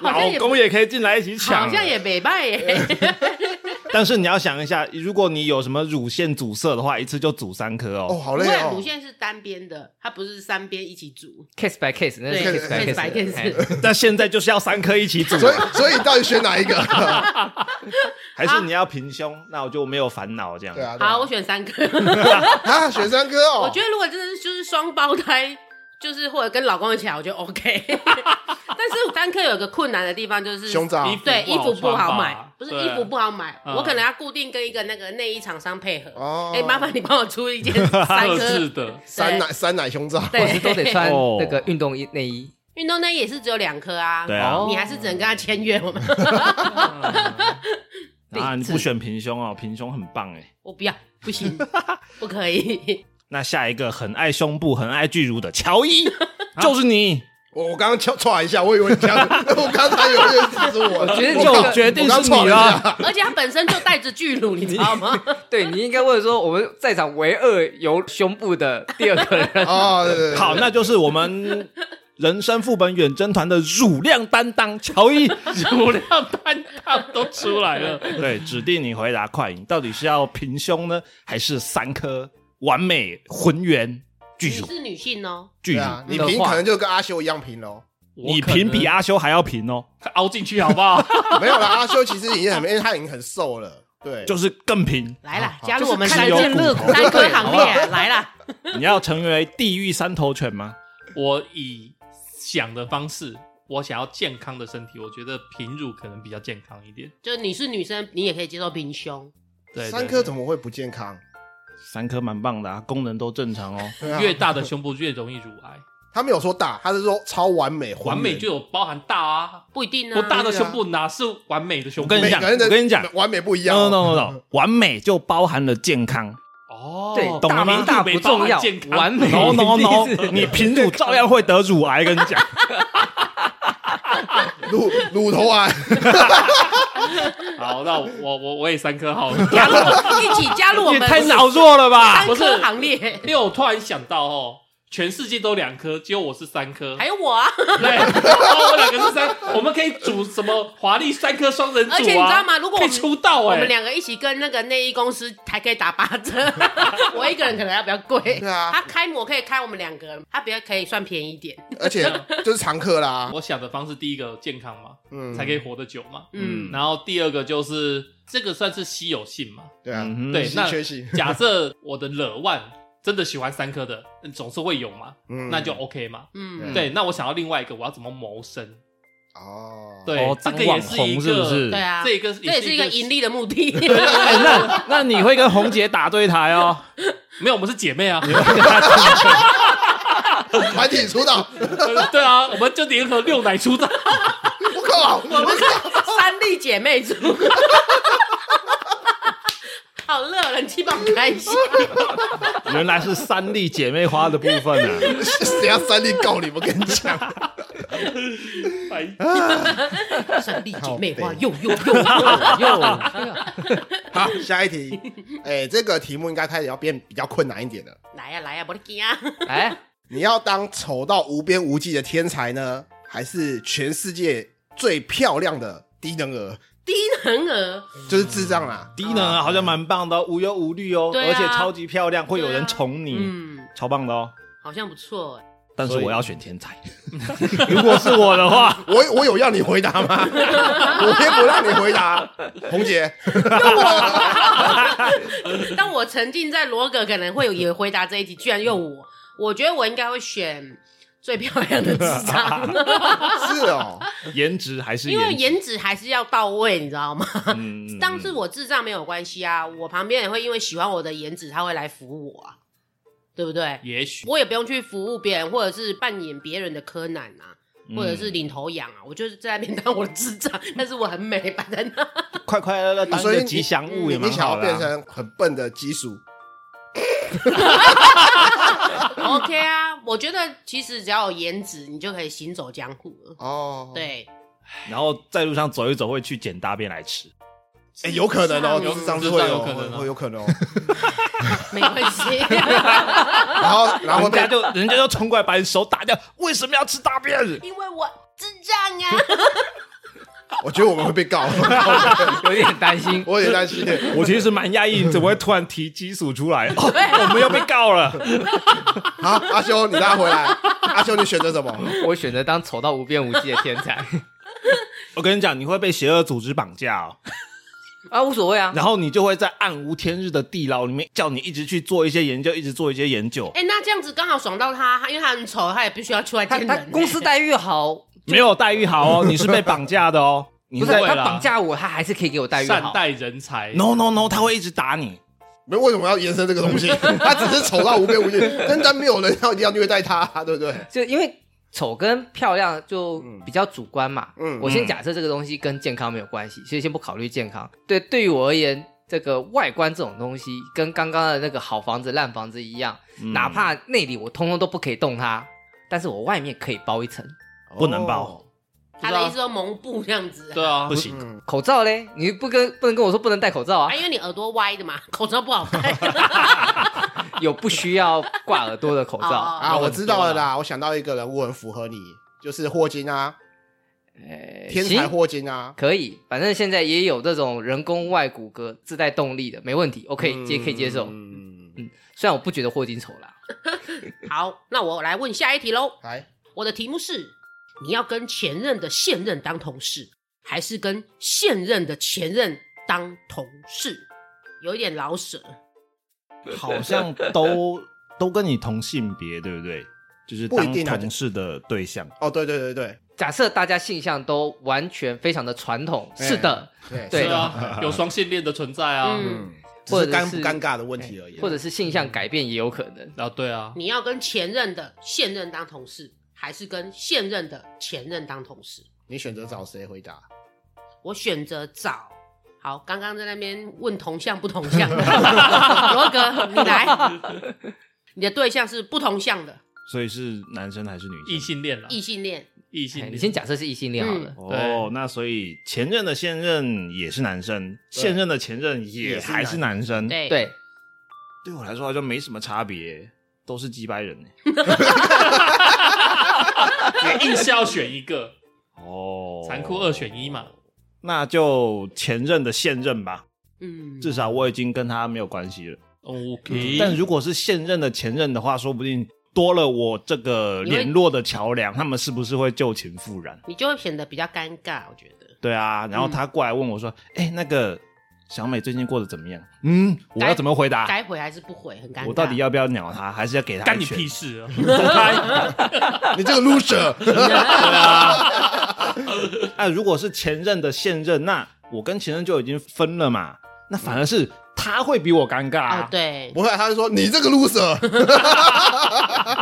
S1: 好像
S4: 老
S1: 也
S4: 公也可以进来一起抢，
S1: 好像也没欸败耶。
S4: 但是你要想一下，如果你有什么乳腺阻塞的话，一次就阻三颗
S5: 哦，
S4: 哦。
S5: 好
S1: 不
S5: 累
S1: 会，
S5: 哦
S1: 乳。腺是单边的，它不是三边一起煮。
S3: case by case，那是
S1: 对
S3: case by
S1: case by
S3: case，
S1: case
S3: 哎
S4: 但现在就是要三颗一起啊组，
S5: 所以，所以你到底选哪一个？ <laughs>
S4: 还是你要平胸？那我就没有烦恼这样。
S5: 对啊，对啊
S1: 好，我选三颗。
S5: 啊，选三哥哦。
S1: 我觉得如果真的是就是双胞胎，就是或者跟老公一起来，我觉得 OK。但是单颗有一个困难的地方就是
S5: 胸罩
S2: 衣服
S1: 对，衣服不
S2: 好穿
S1: 好
S2: 吧
S1: 买，不是
S2: 对
S1: 衣服不好买，
S2: 嗯
S1: 我可能要固定跟一个那个内衣厂商配合。
S5: 哦
S1: 哎，麻烦你帮我出一件三
S2: <laughs> 特制
S1: 颗，
S2: 的，
S5: 三奶三奶胸罩，
S3: 或
S1: 对，
S3: 是都得穿
S4: 哦
S3: 那个运动衣内衣。
S1: 运动内也是只有两颗啊。
S4: 对啊
S3: 哦
S1: 你还是只能跟他签约，我们
S4: 啊，你不选平胸哦，平胸很棒哎。
S1: 我不要，不行，不可以。
S5: <laughs> 啊
S4: 那下一个很爱胸部、很爱巨乳的乔伊，就是你。
S5: 我我刚刚敲踹一下，我以为你敲， <laughs> 我刚才以为是指我，
S3: 我觉得
S5: 我
S3: 就
S5: 刚
S4: 决定
S5: 我刚
S4: 是你
S5: 踹
S4: 啊
S5: 一
S4: 啦
S5: 下
S1: 而且他本身就带着巨乳，你知道吗？
S3: 对你应该问说，我们在场唯二有胸部的第二个人，
S5: 哦，对对对，
S4: 好，那就是我们人生副本远征团的乳量担当乔伊。 <laughs>
S2: <laughs> 乳量担当都出来了。
S4: 对，指定你回答快，你到底是要平胸呢，还是三颗完美浑圆
S1: 你
S4: 巨乳？
S1: 是女性哦，
S4: 巨
S5: 对
S4: 乳，
S5: 啊，你平可能就跟阿修一样平喽，
S4: 你平比阿修还要平哦，
S2: 凹进去好不好？ <laughs>
S5: 没有啦，阿修其实已经很，因为他已经很瘦了，对，
S4: 就是更平。
S1: 来
S5: 好
S1: 啦，
S5: 好
S1: 加入我们
S4: 就是
S1: 三
S4: 看有
S1: 三
S4: 骨头
S1: 三哥行列啊，来啦！
S4: 你要成为地狱三头犬吗？
S2: 我以想的方式，我想要健康的身体，我觉得平乳可能比较健康一点。
S1: 就你是女生，你也可以接受平胸，
S2: 对，
S5: 三
S2: 颗
S5: 颗怎么会不健康？
S4: 三颗蛮棒的啊，功能都正常哦。
S5: 对啊，
S2: 越大的胸部越容易乳
S4: <laughs>
S2: 癌，
S5: 他没有说大，他是说超完美，
S2: 完美就有包含大
S4: <laughs>
S2: 啊，
S1: 不一定啊。
S2: 不大的胸部哪是完美的胸
S4: 我
S2: 部？
S4: 跟你
S5: 每
S4: 讲，
S5: 个人的
S4: 我跟你讲
S5: 完美不一样
S4: ，no
S5: 哦。
S4: no no no，完美就包含了健康。
S2: 哦，
S3: 对，
S4: 懂了
S3: 大
S4: 吗
S3: 名大不重要
S2: 健，康
S3: 完美
S4: no no
S3: 一定
S4: no，
S3: 是
S4: 你平乳照样会得乳癌，跟你讲。
S5: 乳乳头啊
S4: <laughs>
S5: 癌，
S2: <laughs> <laughs> 好，那我我我也三颗好了。 <laughs>
S1: 加入一起加入我
S4: 也
S1: 们
S4: 太脑弱了吧！
S1: 三颗行列，
S2: 因为我突然想到哦，全世界都两颗，只有我是三颗，
S1: 还有我啊！
S2: 对，然后我们两个是三，我们可以组什么华丽三颗双人组啊？
S1: 而且你知道吗如果我
S2: 可
S1: 们
S2: 以出道
S1: 我
S2: 哎、
S1: 们两个一起跟那个内衣公司还可以打八折，我一个人可能要比较贵。
S5: 对啊
S1: 他开模可以开我们两个人，他比较可以算便宜一点。
S5: 而且就是常客啦，
S2: 我想的方式，第一个健康嘛，
S5: 嗯，
S2: 才可以活得久嘛。
S1: 嗯，
S2: 然后第二个就是这个算是稀有性嘛。
S5: 对啊，
S4: 嗯哼
S2: 对，
S5: 稀
S2: 那
S5: 缺性
S2: 假设我的惹万真的喜欢三颗的，嗯总是会有嘛，
S5: 嗯
S2: 那就 OK 嘛。
S1: 嗯，
S2: 对，那我想要另外一个，我要怎么谋生？
S5: 哦，
S2: 对，
S4: 哦
S2: 这
S4: 当
S2: 个也
S4: 网
S2: 是一
S4: 红
S2: 个，
S4: 是不是
S1: 对啊，
S2: 这个
S1: 这也是一个盈
S2: 利。
S1: 利的目的。
S4: <laughs> 哎那那你会跟红姐打对台哦。
S2: 没有，我们是姐妹啊。 <laughs>
S5: 团体出道， <laughs>
S2: 对啊，我们就联合六奶
S1: <laughs>
S2: 出道。
S5: 我靠，我
S1: 三丽姐妹组， <laughs> 好热，冷气帮我开一下。
S4: 原来是三粒姐妹花的部分啊！
S5: 谁要三力告你？我跟你讲，
S1: 哎三丽姐妹
S5: 靠
S1: 花，
S5: 北
S1: 又又又，
S3: 哟，
S5: 好，下一题，哎，这个题目应该开始要变比较困难一点了。
S1: 来呀来呀，我的天啊！
S3: <laughs>
S1: <laughs>
S3: 哎，
S5: 你要当丑到无边无际的天才呢，还是全世界最漂亮的低能儿？
S1: 低能儿，
S5: 就是智障啦，
S4: <laughs> 低能儿好像蛮棒的、哦，无忧无虑哦，
S1: 对啊
S4: 而且超级漂亮，会有人宠你，
S1: 嗯，
S4: 超棒的哦。
S1: 好像不错哎。
S4: 但是
S2: 所以
S4: 我要选天才，如果是我的话， <laughs>
S5: 我我有让你回答吗？我也不让你回答，红姐。
S1: 但我沉浸在罗格可能会有也回答这一题，居然
S4: 嗯
S1: 用我，我觉得我应该会选最漂亮的智
S4: <laughs>
S1: 障，
S5: 是哦，
S4: 颜值还是
S1: 因为
S4: 颜值。
S1: 颜值还是要到位，你知道吗？
S4: 嗯
S1: 当时我智障没有关系啊，我旁边也会因为喜欢我的颜值，他会来服我啊，对不对？
S2: 也许
S1: 我也不用去服务别人，或者是扮演别人的柯南啊，或者是领头羊啊，我就是在那边当我的智障，但是我很美，摆在那。
S4: 快快乐乐当
S5: 所以
S4: 个
S5: 你
S4: 吉祥物
S5: 你
S4: 也蛮
S5: 你想
S4: 好的
S5: 要变
S4: 啊、
S5: 成很笨的基础，
S1: OK 啊，我觉得其实只要有颜值，你就可以行走江湖了。
S5: 哦，，
S1: 对，
S4: 然后在路上走一走，会去捡大便来吃。
S5: 哎、有可能哦，
S1: 有
S5: 就是上次会
S2: 有
S5: 有，
S2: 可能
S4: 啊
S2: 哦
S5: 会有可能哦。
S1: 没关系。
S5: 然后，然后
S4: 人家 <laughs>
S5: 被
S4: 就人家就冲过来把你手打掉，为什么要吃大 <laughs> 便？
S1: <laughs> 因为我智障啊！
S5: 我觉得我们会被告， <laughs>
S3: 有点担心。
S5: 我有点担心。
S4: 我其实蛮讶异，你怎么会突然提基础
S1: <laughs>
S4: 出来？哦
S1: 啊
S4: 我们要被告了。
S5: 好，阿修，你拉回来。阿修，你选择什么？
S3: 我选择当丑到无边无际的天才
S4: 我跟你讲，你会被邪恶组织绑架哦。
S3: 啊，无所谓啊。
S4: 然后你就会在暗无天日的地牢里面，叫你一直去做一些研究，一直做一些研究。
S1: <laughs> 哎、那这样子刚好爽到他，他因为他很丑，他也必须要出来
S3: 他
S1: 见人、
S3: 他公司待遇好，
S4: <laughs> 没有待遇好哦，你是被绑架的哦。你
S3: 不是
S4: 在
S2: 会
S3: 他
S2: 啦
S3: 绑架我，他还是可以给我待遇
S2: 善
S3: 好。
S2: 待人才。
S4: No No No，他会一直打你。
S5: 没有为什么要延伸这个
S4: <laughs>
S5: 东西？他只是丑到无边无际，但但没有人要一定要虐待他，对不对？
S3: 就因为丑跟漂亮就比较主观嘛。
S5: 嗯嗯
S3: 我先假设这个东西跟健康没有关系，所以先不考虑健康。对，对于我而言，这个外观这种东西嗯
S4: 嗯
S3: <laughs> 跟刚刚的那个好房子、烂房子一样，哪怕内里我通通都不可以动它，但是我外面可以包一层。
S4: 不能包
S5: 哦，
S1: <laughs> 他的意思说蒙布这样子。
S2: 对啊
S4: 不，行，
S5: 嗯，
S3: 口罩嘞，你不跟不能跟我说不能戴口罩啊
S1: 啊，，因为你耳朵歪的嘛， <laughs> 口罩不好戴。
S3: 有不需要挂耳朵的口罩。
S1: 哦
S5: 啊，我知道了啦，我想到一个人物很符合你，就是霍金啊，
S3: 哎
S5: 天才
S3: 行
S5: 霍金啊，
S3: 可以，反正现在也有这种人工外骨骼自带动力的，没问题，OK 接可以接受。
S5: 嗯，
S3: 虽然我不觉得霍金丑啦，
S1: 好，那我来问下一题喽。
S5: 来，
S1: 我的题目是：你要跟前任的现任当同事，还是跟现任的前任当同事？有一点老舍，
S4: 好像都都跟你同性别，对不对？就是
S5: 不一
S4: 当
S5: 定啊
S4: 同事的对象，
S5: 哦，对对对对
S3: 假设大家性向都完全非常的传统，
S5: 哎
S3: 是的，
S5: 对
S3: 对
S2: 是
S5: <laughs>
S2: 啊，有双性恋的存在啊，
S1: 嗯
S5: 嗯，只
S3: 或
S5: 是
S3: 者
S5: 尴不
S3: 是哎
S5: 尴尬的问题而已啊，
S3: 或者是性向改变也有可能。
S2: 啊，对啊，
S1: 你要跟前任的现任当同事，还是跟现任的前任当同事？
S5: 你选择找谁
S3: <laughs>
S5: 回答？
S1: 我选择找。好，刚刚在那边问同向不同向，罗哥，你来，你的对象是不同向的
S4: 所以是男生还是女生？
S2: 异性恋啦，啊
S1: 异性恋，
S2: 异性
S3: 哎
S2: 恋，
S3: 你先假设是异性恋好了，
S4: 哦
S2: 对，
S4: 那所以前任的现任也是男生，现任的前任也
S5: 也是
S4: 还是男生。
S1: 对
S3: 对，
S4: 对我来说好像没什么差别，都是鸡掰人呢。
S2: 你硬是要选一个，
S4: 哦
S2: 残酷二选一嘛。
S4: 那就前任的现任吧，
S1: 嗯，
S4: 至少我已经跟他没有关系了。
S2: 哦 OK，
S4: 但如果是现任的前任的话，说不定多了我这个联络的桥梁，他们是不是会旧情复燃？
S1: 你就会显得比较尴尬，我觉得。
S4: 对啊，然后他过来问我说：“哎、那个小美最近过得怎么样？”嗯，我要怎么回答？
S1: 该回还是不回，很尴尬。
S4: 我到底要不要鸟他，还是要给他
S2: 干
S4: 一
S2: 你
S4: 拳
S2: 屁事啊！走开
S5: 你这个 loser，
S4: <laughs>
S5: <laughs>
S4: 啊，如果是前任的现任，那我跟前任就已经分了嘛，那反而是他会比我尴尬、
S1: 啊、
S4: 啊
S1: 哦？。对，
S5: 不会啊，他就说你这个 loser，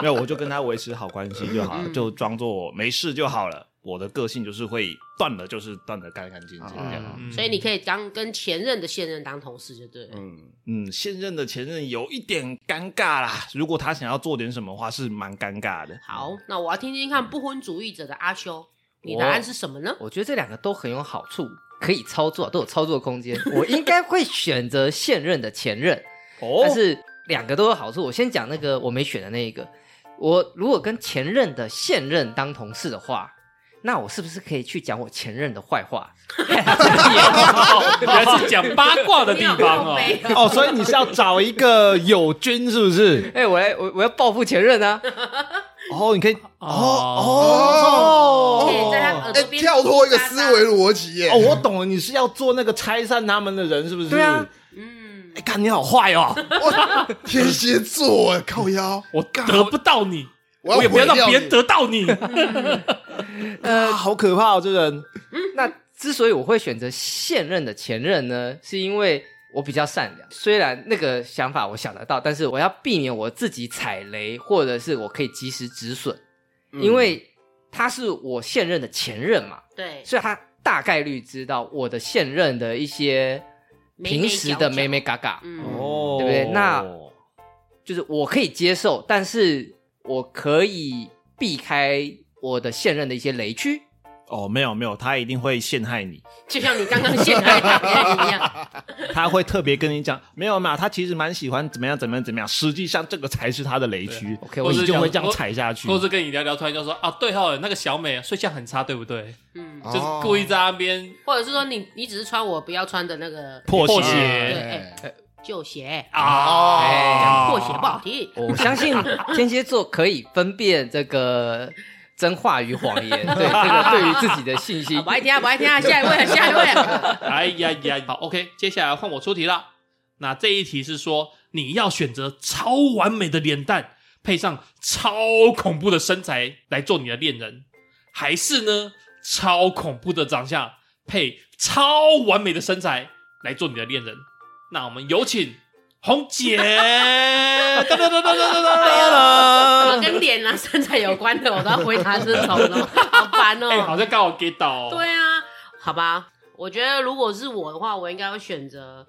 S4: 没有，我就跟他维持好关系就好了，
S1: 嗯
S4: 就装作没事就好了。我的个性就是会断了，就是断的干干净净这样。
S2: 嗯
S1: <laughs> 所以你可以当跟前任的现任当同事，就对了。
S5: 嗯，
S4: 嗯，现任的前任有一点尴尬啦，如果他想要做点什么话，是蛮尴尬的。
S1: 好，那我要听听看不婚主义者的阿修，你
S3: 我
S1: 答案是什么呢？
S3: 我觉得这两个都很有好处，可以操作，都有操作空间。我应该会选择现任的前任，
S4: 哦
S3: 但是两个都有好处。我先讲那个我没选的那一个，我如果跟前任的现任当同事的话，那我是不是可以去讲我前任的坏话？
S2: 哦原来是讲八卦的地方
S1: <laughs>
S2: 哦。
S1: 你有靠背
S4: 哦，所以你是要找一个友军是
S3: <laughs>
S4: 不是？
S3: 哎、我来，我我要报复前任啊！
S4: 哦，你可以
S5: 哦
S4: 哦
S1: 可以在他耳
S5: <laughs> 哎
S1: 朵，边
S5: 跳脱一个思维逻辑耶
S4: 哦，，我懂了，你是要做那个拆散他们的人，是不是？
S3: 对啊，
S1: 嗯
S4: 哎、，干你好坏哦！
S5: 哇天蝎座哎，靠腰，
S2: 我得不到你，
S5: 我要
S2: 我也不要
S5: 毁掉
S2: 让别人
S5: 你
S2: 得到
S5: <laughs>
S2: 你。
S4: 啊，好可怕哦，这人。
S3: <laughs> 那之所以我会选择现任的前任呢，是因为我比较善良。虽然那个想法我想得到，但是我要避免我自己踩雷，或者是我可以及时止损，因为他是我现任的前任嘛，
S5: 哎
S1: 对，
S3: 所以他大概率知道我的现任的一些
S1: 眉眉
S3: 平时的妹妹
S1: 角角，
S3: 嘎嘎，
S1: 嗯，
S4: 哦
S3: 对不对那就是我可以接受，但是我可以避开我的现任的一些雷区。
S4: 哦，没有没有，他一定会陷害你，
S1: 就像你刚刚陷害他一
S5: <laughs>
S1: 样，
S4: 他会特别跟你讲，没有嘛，他其实蛮喜欢怎么样怎么样怎么样，实际上这个才是他的雷区。
S3: OK，
S4: 我
S3: 我
S2: 或
S4: 一
S2: 是
S4: 定
S2: 讲
S4: 会这样踩下去
S2: 或。是跟你聊聊，突然就说啊，对哦，那个小美睡相很差，对不对？
S1: 嗯，
S5: 哦
S2: 就是故意在那边
S1: 或者是说你你只是穿我不要穿的那个
S4: 破
S2: 破
S4: 鞋
S2: 鞋
S1: 对旧鞋，
S2: 啊，
S1: 讲
S3: 哎
S1: 破鞋不好听，
S3: 我相信天蝎座可以分辨这个真话与谎言，对
S1: <laughs>
S3: 这个对于自己的信
S1: 啊
S3: 心
S1: 不。爱听啊不爱听
S2: <laughs>
S1: 啊，下一位下一位，
S2: 哎呀呀，好，OK，接下来换我出题了。那这一题是说你要选择超完美的脸蛋，配上超恐怖的身材来做你的恋人，还是呢超恐怖的长相配超完美的身材来做你的恋人？那我们有请红姐，哒哒哒哒哒哒哒
S1: 我跟脸啊身材有关的我都要回答这种的，好烦
S2: 哎，
S1: 哦
S2: 好。像刚好 get 到、哦，
S1: 对啊，好吧，我觉得如果是我的话，我应该会选择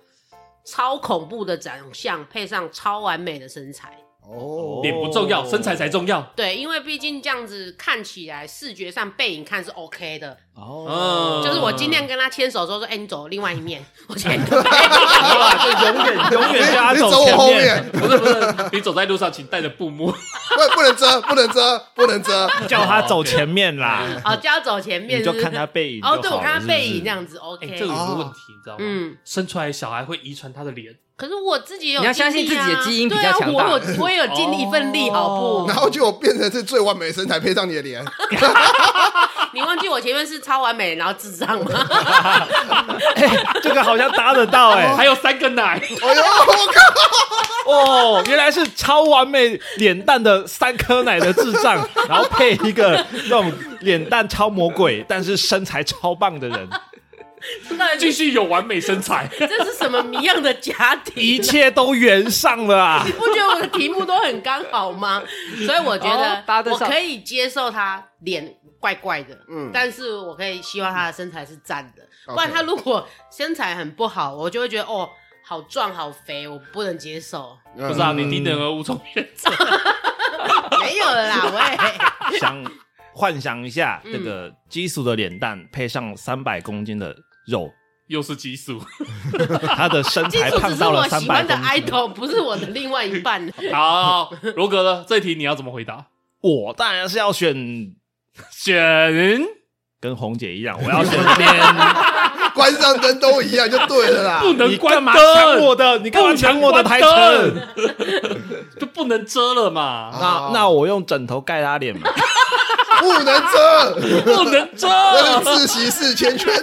S1: 超恐怖的长相配上超完美的身材。
S5: 哦，
S2: 脸不重要，身材才重要。
S1: 对，因为毕竟这样子看起来视觉上背影看是 OK 的，
S4: 哦，
S3: 嗯
S1: 就是我尽量跟他牵手的时候说，哎、你走另外一面，我牵你的背
S4: 好啦
S1: 影。
S4: 就永远永
S5: 你
S4: 远加
S5: 你走我
S4: 前
S5: 后面，，
S2: 不是不是，你走在路上请带着布幕，
S5: 不不能遮，不能遮，不能遮。
S4: 叫他走前面啦，
S1: <laughs> 哦，就要走前面
S4: 你
S1: 是
S4: 就
S1: 不是
S4: 看他背影就好
S1: 哦，
S4: 了。
S1: 对我看他背影这
S4: 是
S1: 样子
S2: 哎
S1: OK。，
S2: 这个有个问题，你知道吗？
S1: 嗯，
S2: 生出来小孩会遗传他的脸，
S1: 可是我自己也有、
S3: 你要相信自己的基因比较强
S1: 对啊、
S3: 大
S1: 我有我也有尽一份力，好不？
S5: 然后就变成是最完美的身材配上你的脸，
S1: 你忘记我前面是超完美，然后智障吗？
S4: 不是哎这个好像搭得到
S1: 哦
S4: 哎、
S2: 还有三个奶， <laughs>
S5: 哎呦，我靠！
S4: 哦，原来是超完美脸蛋的三颗奶的智
S1: <laughs>
S4: 障，然后配一个那种脸蛋超魔鬼，但是身材超棒的人，
S1: 到
S2: 继
S1: <laughs> 底
S2: 续有完美身材。
S1: 这是什么迷样的家庭？
S4: 一切都圆上了啊！
S1: 不觉得我的题目都很刚好吗？
S4: <laughs>
S1: 所以我觉
S3: 哦搭
S1: 得
S3: 得
S1: 我
S3: 上
S1: 可以接受他脸怪怪的，
S5: 嗯
S1: 但是我可以希望他的身材是赞的，
S5: OK
S1: 不然他如果身材很不好，我就会觉得哦，好壮好肥，我不能接
S4: <laughs>
S1: 受。
S2: <laughs>
S5: 不
S2: 不是啊，你低能儿无从选择。
S1: 没有了啦，喂，
S4: <laughs> 想幻想一下
S1: 嗯
S4: 这个基础的脸蛋配上三百公斤的
S1: <laughs>
S4: 肉，
S2: 又是激素。
S4: 他的身
S1: 金
S4: 材
S1: 主
S4: 胖
S1: 只是
S4: 到
S1: 我
S4: 了三
S1: 喜
S4: 百
S1: 欢的
S4: 公斤。
S1: idol，不是我的另外一半。
S2: <laughs>
S1: <laughs>
S2: 好，罗格呢？这一题你要怎么回答？
S4: 我当然是要选
S2: 选
S4: 跟红姐一样，
S1: <laughs>
S4: 我要选脸。
S5: 嗯关上灯都一样就对了啦。
S2: 不能
S4: 你干
S2: 关
S4: 嘛
S2: 灯，
S4: 抢我的？你干嘛抢我的台灯？
S2: 就不能遮了嘛，
S4: 那
S1: 啊
S5: 哦
S4: 那我用枕头盖
S1: <laughs>
S4: 他脸吧。
S5: 不能遮，
S2: 不能 <laughs> 遮。
S5: 那是自习室圈圈。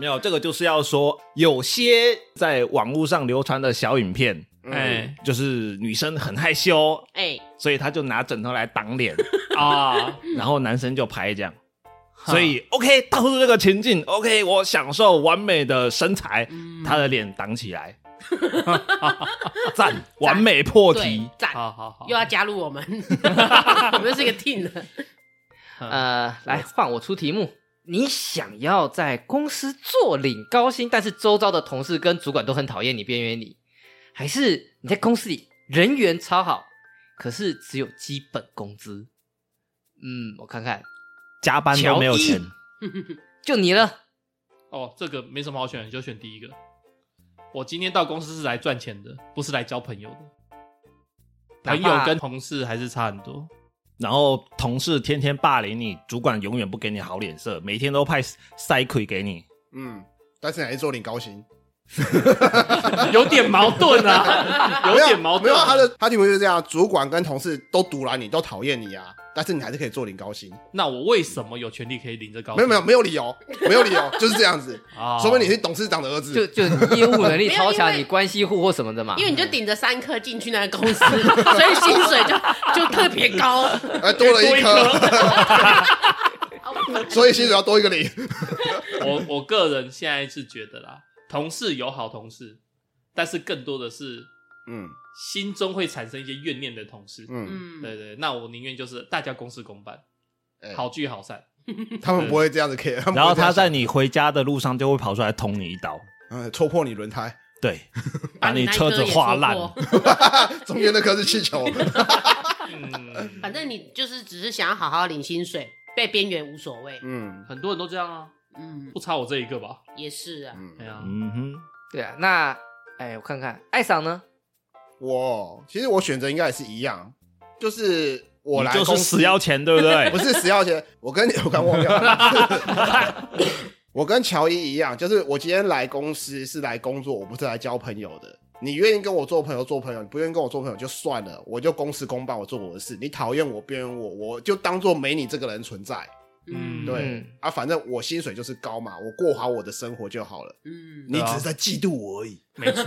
S4: 没有，这个就是要说，有些在网络上流传的小影片，
S2: 哎
S1: 嗯
S4: 就是女生很害羞，
S1: 哎，
S4: 所以她就拿枕头来挡脸，
S2: 啊，
S4: 然后男生就拍这样。所以 OK，到处这个情境，OK，我享受完美的身材，
S1: 嗯
S4: 她的脸挡
S1: <laughs>
S4: 起来，赞，完美破
S1: 对
S4: 题。，
S1: 赞，
S2: 好好好
S1: 又，要加入我们，
S4: <laughs>
S1: 我们是一个 team 的。
S2: 嗯
S3: 呃，来换我出题目。你想要在公司坐领高薪，但是周遭的同事跟主管都很讨厌你、边缘你，还是你在公司里人缘超好，可是只有基本工资？嗯，我看看，
S4: 加班都没有钱
S3: 乔，就你了。
S2: 哦，这个没什么好选，你就选第一个。我今天到公司是来赚钱的，不是来交朋友的。朋友跟同事还是差很多。
S4: 然后同事天天霸凌你，主管永远不给你好脸色，每天都派塞亏给你。
S5: 嗯，但是还是做领高薪，
S2: 有点矛盾啊， <laughs> 有点矛
S5: 没
S2: 盾
S5: 有。他的他题目就是这样，主管跟同事都毒拦你，都讨厌你啊，但是你还是可以做领高薪，
S2: 那我为什么有权利可以领这高薪？
S5: 没有没有没有理由，没有理由， <laughs> 就是这样子。
S2: 啊，
S5: 说明你是董事长的儿子，
S3: 就就你业务能力超
S1: <laughs> 没有因
S3: 强，
S1: 为
S3: 你关系户或什么的嘛
S1: 因。为你就顶着三颗进去那个公司， <laughs> 所以薪水就就特别高。
S5: 哎，多了一颗， <laughs> 所以薪水要多一个零。
S2: 我我个人现在是觉得啦，同事有好同事，但是更多的是
S5: 嗯
S2: 心中会产生一些怨念的同事。
S5: 嗯，
S1: 嗯，
S2: 对对，那我宁愿就是大家公事公办，
S5: 哎
S2: 好聚好
S5: <laughs>
S2: 散。
S5: 他们不会这样子 care，
S4: 然
S5: 们不
S4: 后
S5: 会这样
S4: 他在你回家的路上就会跑出来捅你一刀，
S5: 嗯戳破你轮胎， <laughs>
S1: <laughs>
S4: 对，
S1: 把
S4: 把
S1: 你
S4: 你
S1: 那一
S4: 车
S1: 颗
S4: 子
S1: 也
S4: 划
S1: 戳
S4: 烂。 <laughs>
S1: 破
S5: 中间那颗是气球。
S2: 嗯，
S1: 反正你就是只是想要好好领薪水，被边缘无所谓。
S5: 嗯
S2: 很多人都这样啊，
S1: 嗯，
S2: 不差我这一个吧？
S1: 也是啊。
S5: 嗯
S2: 哎，呀、
S4: 嗯哼，
S3: 对啊，那哎，我看看，艾桑呢？
S5: 我其实我选择应该也是一样，就是我
S4: 你
S5: 来
S4: 就是
S5: 公司
S4: 死要钱， <laughs> 对不对
S5: <laughs> 不？是死要钱，我跟你我刚忘掉了。 <laughs> 我跟乔伊一样，就是我今天来公司是来工作，我不是来交朋友的。你愿意跟我做朋友做朋友，你不愿意跟我做朋友就算了，我就公事公办，我做我的事。你讨厌我边缘我，我就当做没你这个人存在。
S1: 嗯，
S2: 嗯
S5: 对、
S3: 嗯
S5: 啊，反正我薪水就是高嘛，我过好我的生活就好了。
S1: 嗯，
S5: 你
S2: 对啊
S5: 只是在嫉妒我而已。
S2: 没错，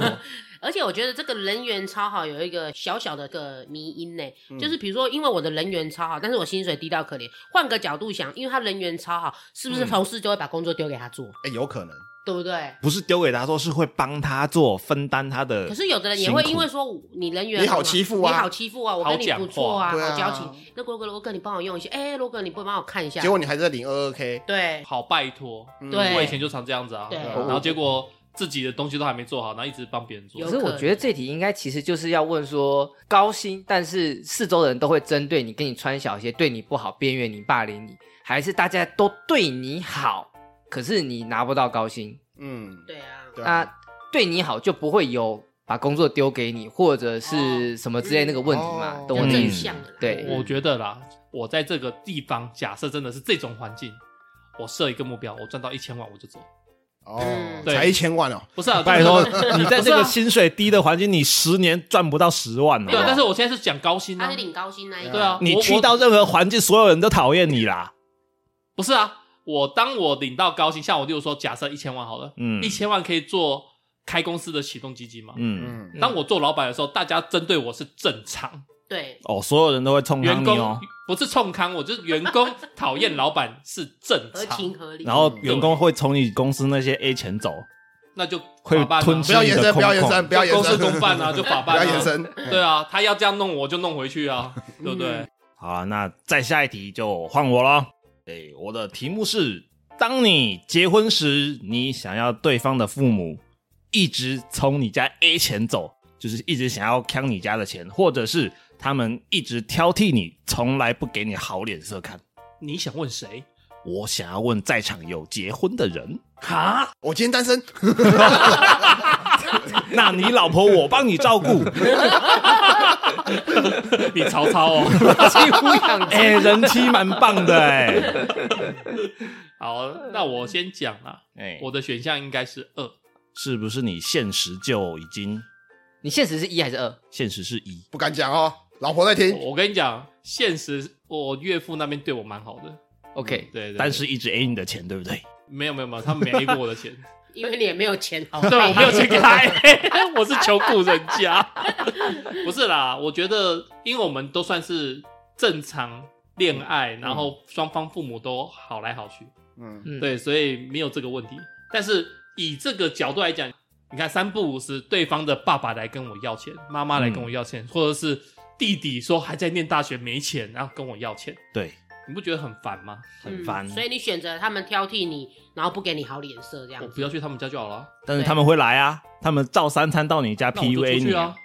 S1: 而且我觉得这个人缘超好有一个小小的个迷因呢、
S5: 嗯
S1: 就是比如说，因为我的人缘超好，但是我薪水低到可怜。换个角度想，因为他人缘超好，是不是同事就会把工作丢给他做，
S5: 哎、有可能，
S1: 对不对？
S4: 不是丢给他说，是会帮他做分担他的。
S1: 可是有的人也会因为说你人缘
S5: 你
S1: 很
S5: 好欺负啊
S1: 你好欺负啊，我跟你不错啊，
S5: 好讲话
S1: 好交
S5: 对啊
S1: 情。那罗哥，罗哥，你帮我用一下，哎，罗哥，你不帮我看一下？
S5: 结果你还是在领二二 k。
S1: 对
S2: 好拜托，
S5: 嗯哦
S1: 对
S2: 我以前就常这样子啊。
S1: 对
S2: 然后结果自己的东西都还没做好，然后一直帮别人做
S1: 有
S3: 可是我
S1: 可
S3: 觉得这题应该其实就是要问说，高薪但是四周的人都会针对你，跟你穿小鞋，对你不好，边缘你，霸凌你，还是大家都对你好，可是你拿不到高薪，
S5: 嗯，
S1: 对啊，
S5: 对啊，
S3: 那对你好就不会有把工作丢给你或者是什么之类那个问题嘛，
S5: 哦
S3: 懂我
S1: 有哦
S3: 的
S1: 正
S3: 意
S4: 嗯
S3: 思？
S1: 向的啦。
S3: 对
S2: 我觉得啦，我在这个地方，假设真的是这种环境，我设一个目标，我赚到一千万我就走。
S5: 哦，
S2: 对
S5: 才一千万哦，
S2: 不是啊，
S4: 拜托
S2: 就是
S4: 你在这
S2: 不是啊
S4: 个薪水低的环境，你十年赚不到十万
S2: 对啊，但
S4: 呢。
S2: 是我现在是讲高薪
S1: 他
S2: 啊
S1: 是，领高薪那一个，
S2: 对啊，
S4: 嗯你
S2: 我
S4: 去
S2: 我
S4: 到任何环境，所有人都讨厌你啦。
S2: 不是啊，我当我领到高薪，像我例如说，假设一千万好了，
S4: 嗯
S2: 一千万可以做开公司的启动基金嘛。
S4: 嗯，
S5: 嗯，
S2: 当我做老板的时候，大家针对我是正常，
S1: 对，
S4: 哦，所有人都会冲
S2: 员
S4: 康你
S2: 工、
S4: 哦，
S2: 不是冲康，我就是员工讨厌老板是正
S1: 合
S2: 常
S1: 情，合理。
S4: 然后员工会从你公司那些 A 钱走，
S2: 那就
S4: 会
S2: 法办啊
S4: 吞
S5: 不
S4: 吃
S5: 要延伸，不要延
S4: 你
S5: 伸，不要
S2: 就
S5: 延
S2: 公事
S5: 伸，
S2: 公办啊，就法
S5: 不
S2: 办
S5: 要
S2: 啊，
S5: 延伸，
S2: 对啊，他要这样弄我就弄回去 <laughs> 啊，对不对？
S4: 好了，那再下一题就换我喽。哎，我的题目是：当你结婚时，你想要对方的父母一直从你家 A 钱走，就是一直想要坑你家的钱，或者是他们一直挑剔你，从来不给你好脸色看。
S2: 你想问谁？
S4: 我想要问在场有结婚的人， <laughs>
S2: 哈，
S5: 我今天单身，
S4: 啊那你老婆我帮你
S2: <laughs>
S4: 照顾。
S2: 你曹操 <laughs> 哦。
S3: 几乎养
S4: 哎、人妻蛮棒的哎、
S2: 好，那我先讲啦，
S4: 哎
S2: 我的选项应该是二，
S4: 是不是你现实就已经
S3: 你现实是一还是二？
S4: 现实是一？
S5: 不敢讲哦，老婆在听，
S2: 我我跟你讲，现实我岳父那边对我蛮好的，
S3: OK，
S2: 对对对
S4: 但是一直 A 你的钱，对不对？
S2: 没有没有没有，他没 A 过我的钱，
S1: 因为你也没有钱，好吧
S2: <laughs> 对我没有钱给他 A，我是求雇人家， <laughs> 不是啦，我觉得因为我们都算是正常恋爱，然后双方父母都好来好去，
S5: 嗯，
S3: 嗯，，
S2: 对，所以没有这个问题。但是以这个角度来讲，你看三不五时，对方的爸爸来跟我要钱，妈妈来跟
S1: 嗯
S2: 我要钱，或者是弟弟说还在念大学没钱，然后跟我要钱，
S4: 对，
S2: 你不觉得很烦吗？
S4: 很烦。
S1: 嗯所以你选择他们挑剔你，然后不给你好脸色这
S2: 我
S1: 样
S2: 不
S1: 子。
S2: 要去他们家就好了啊，
S4: 但是他们会来啊，他们照三餐到你家
S2: 那我就
S4: PUA
S2: 出
S4: 你
S2: 去啊。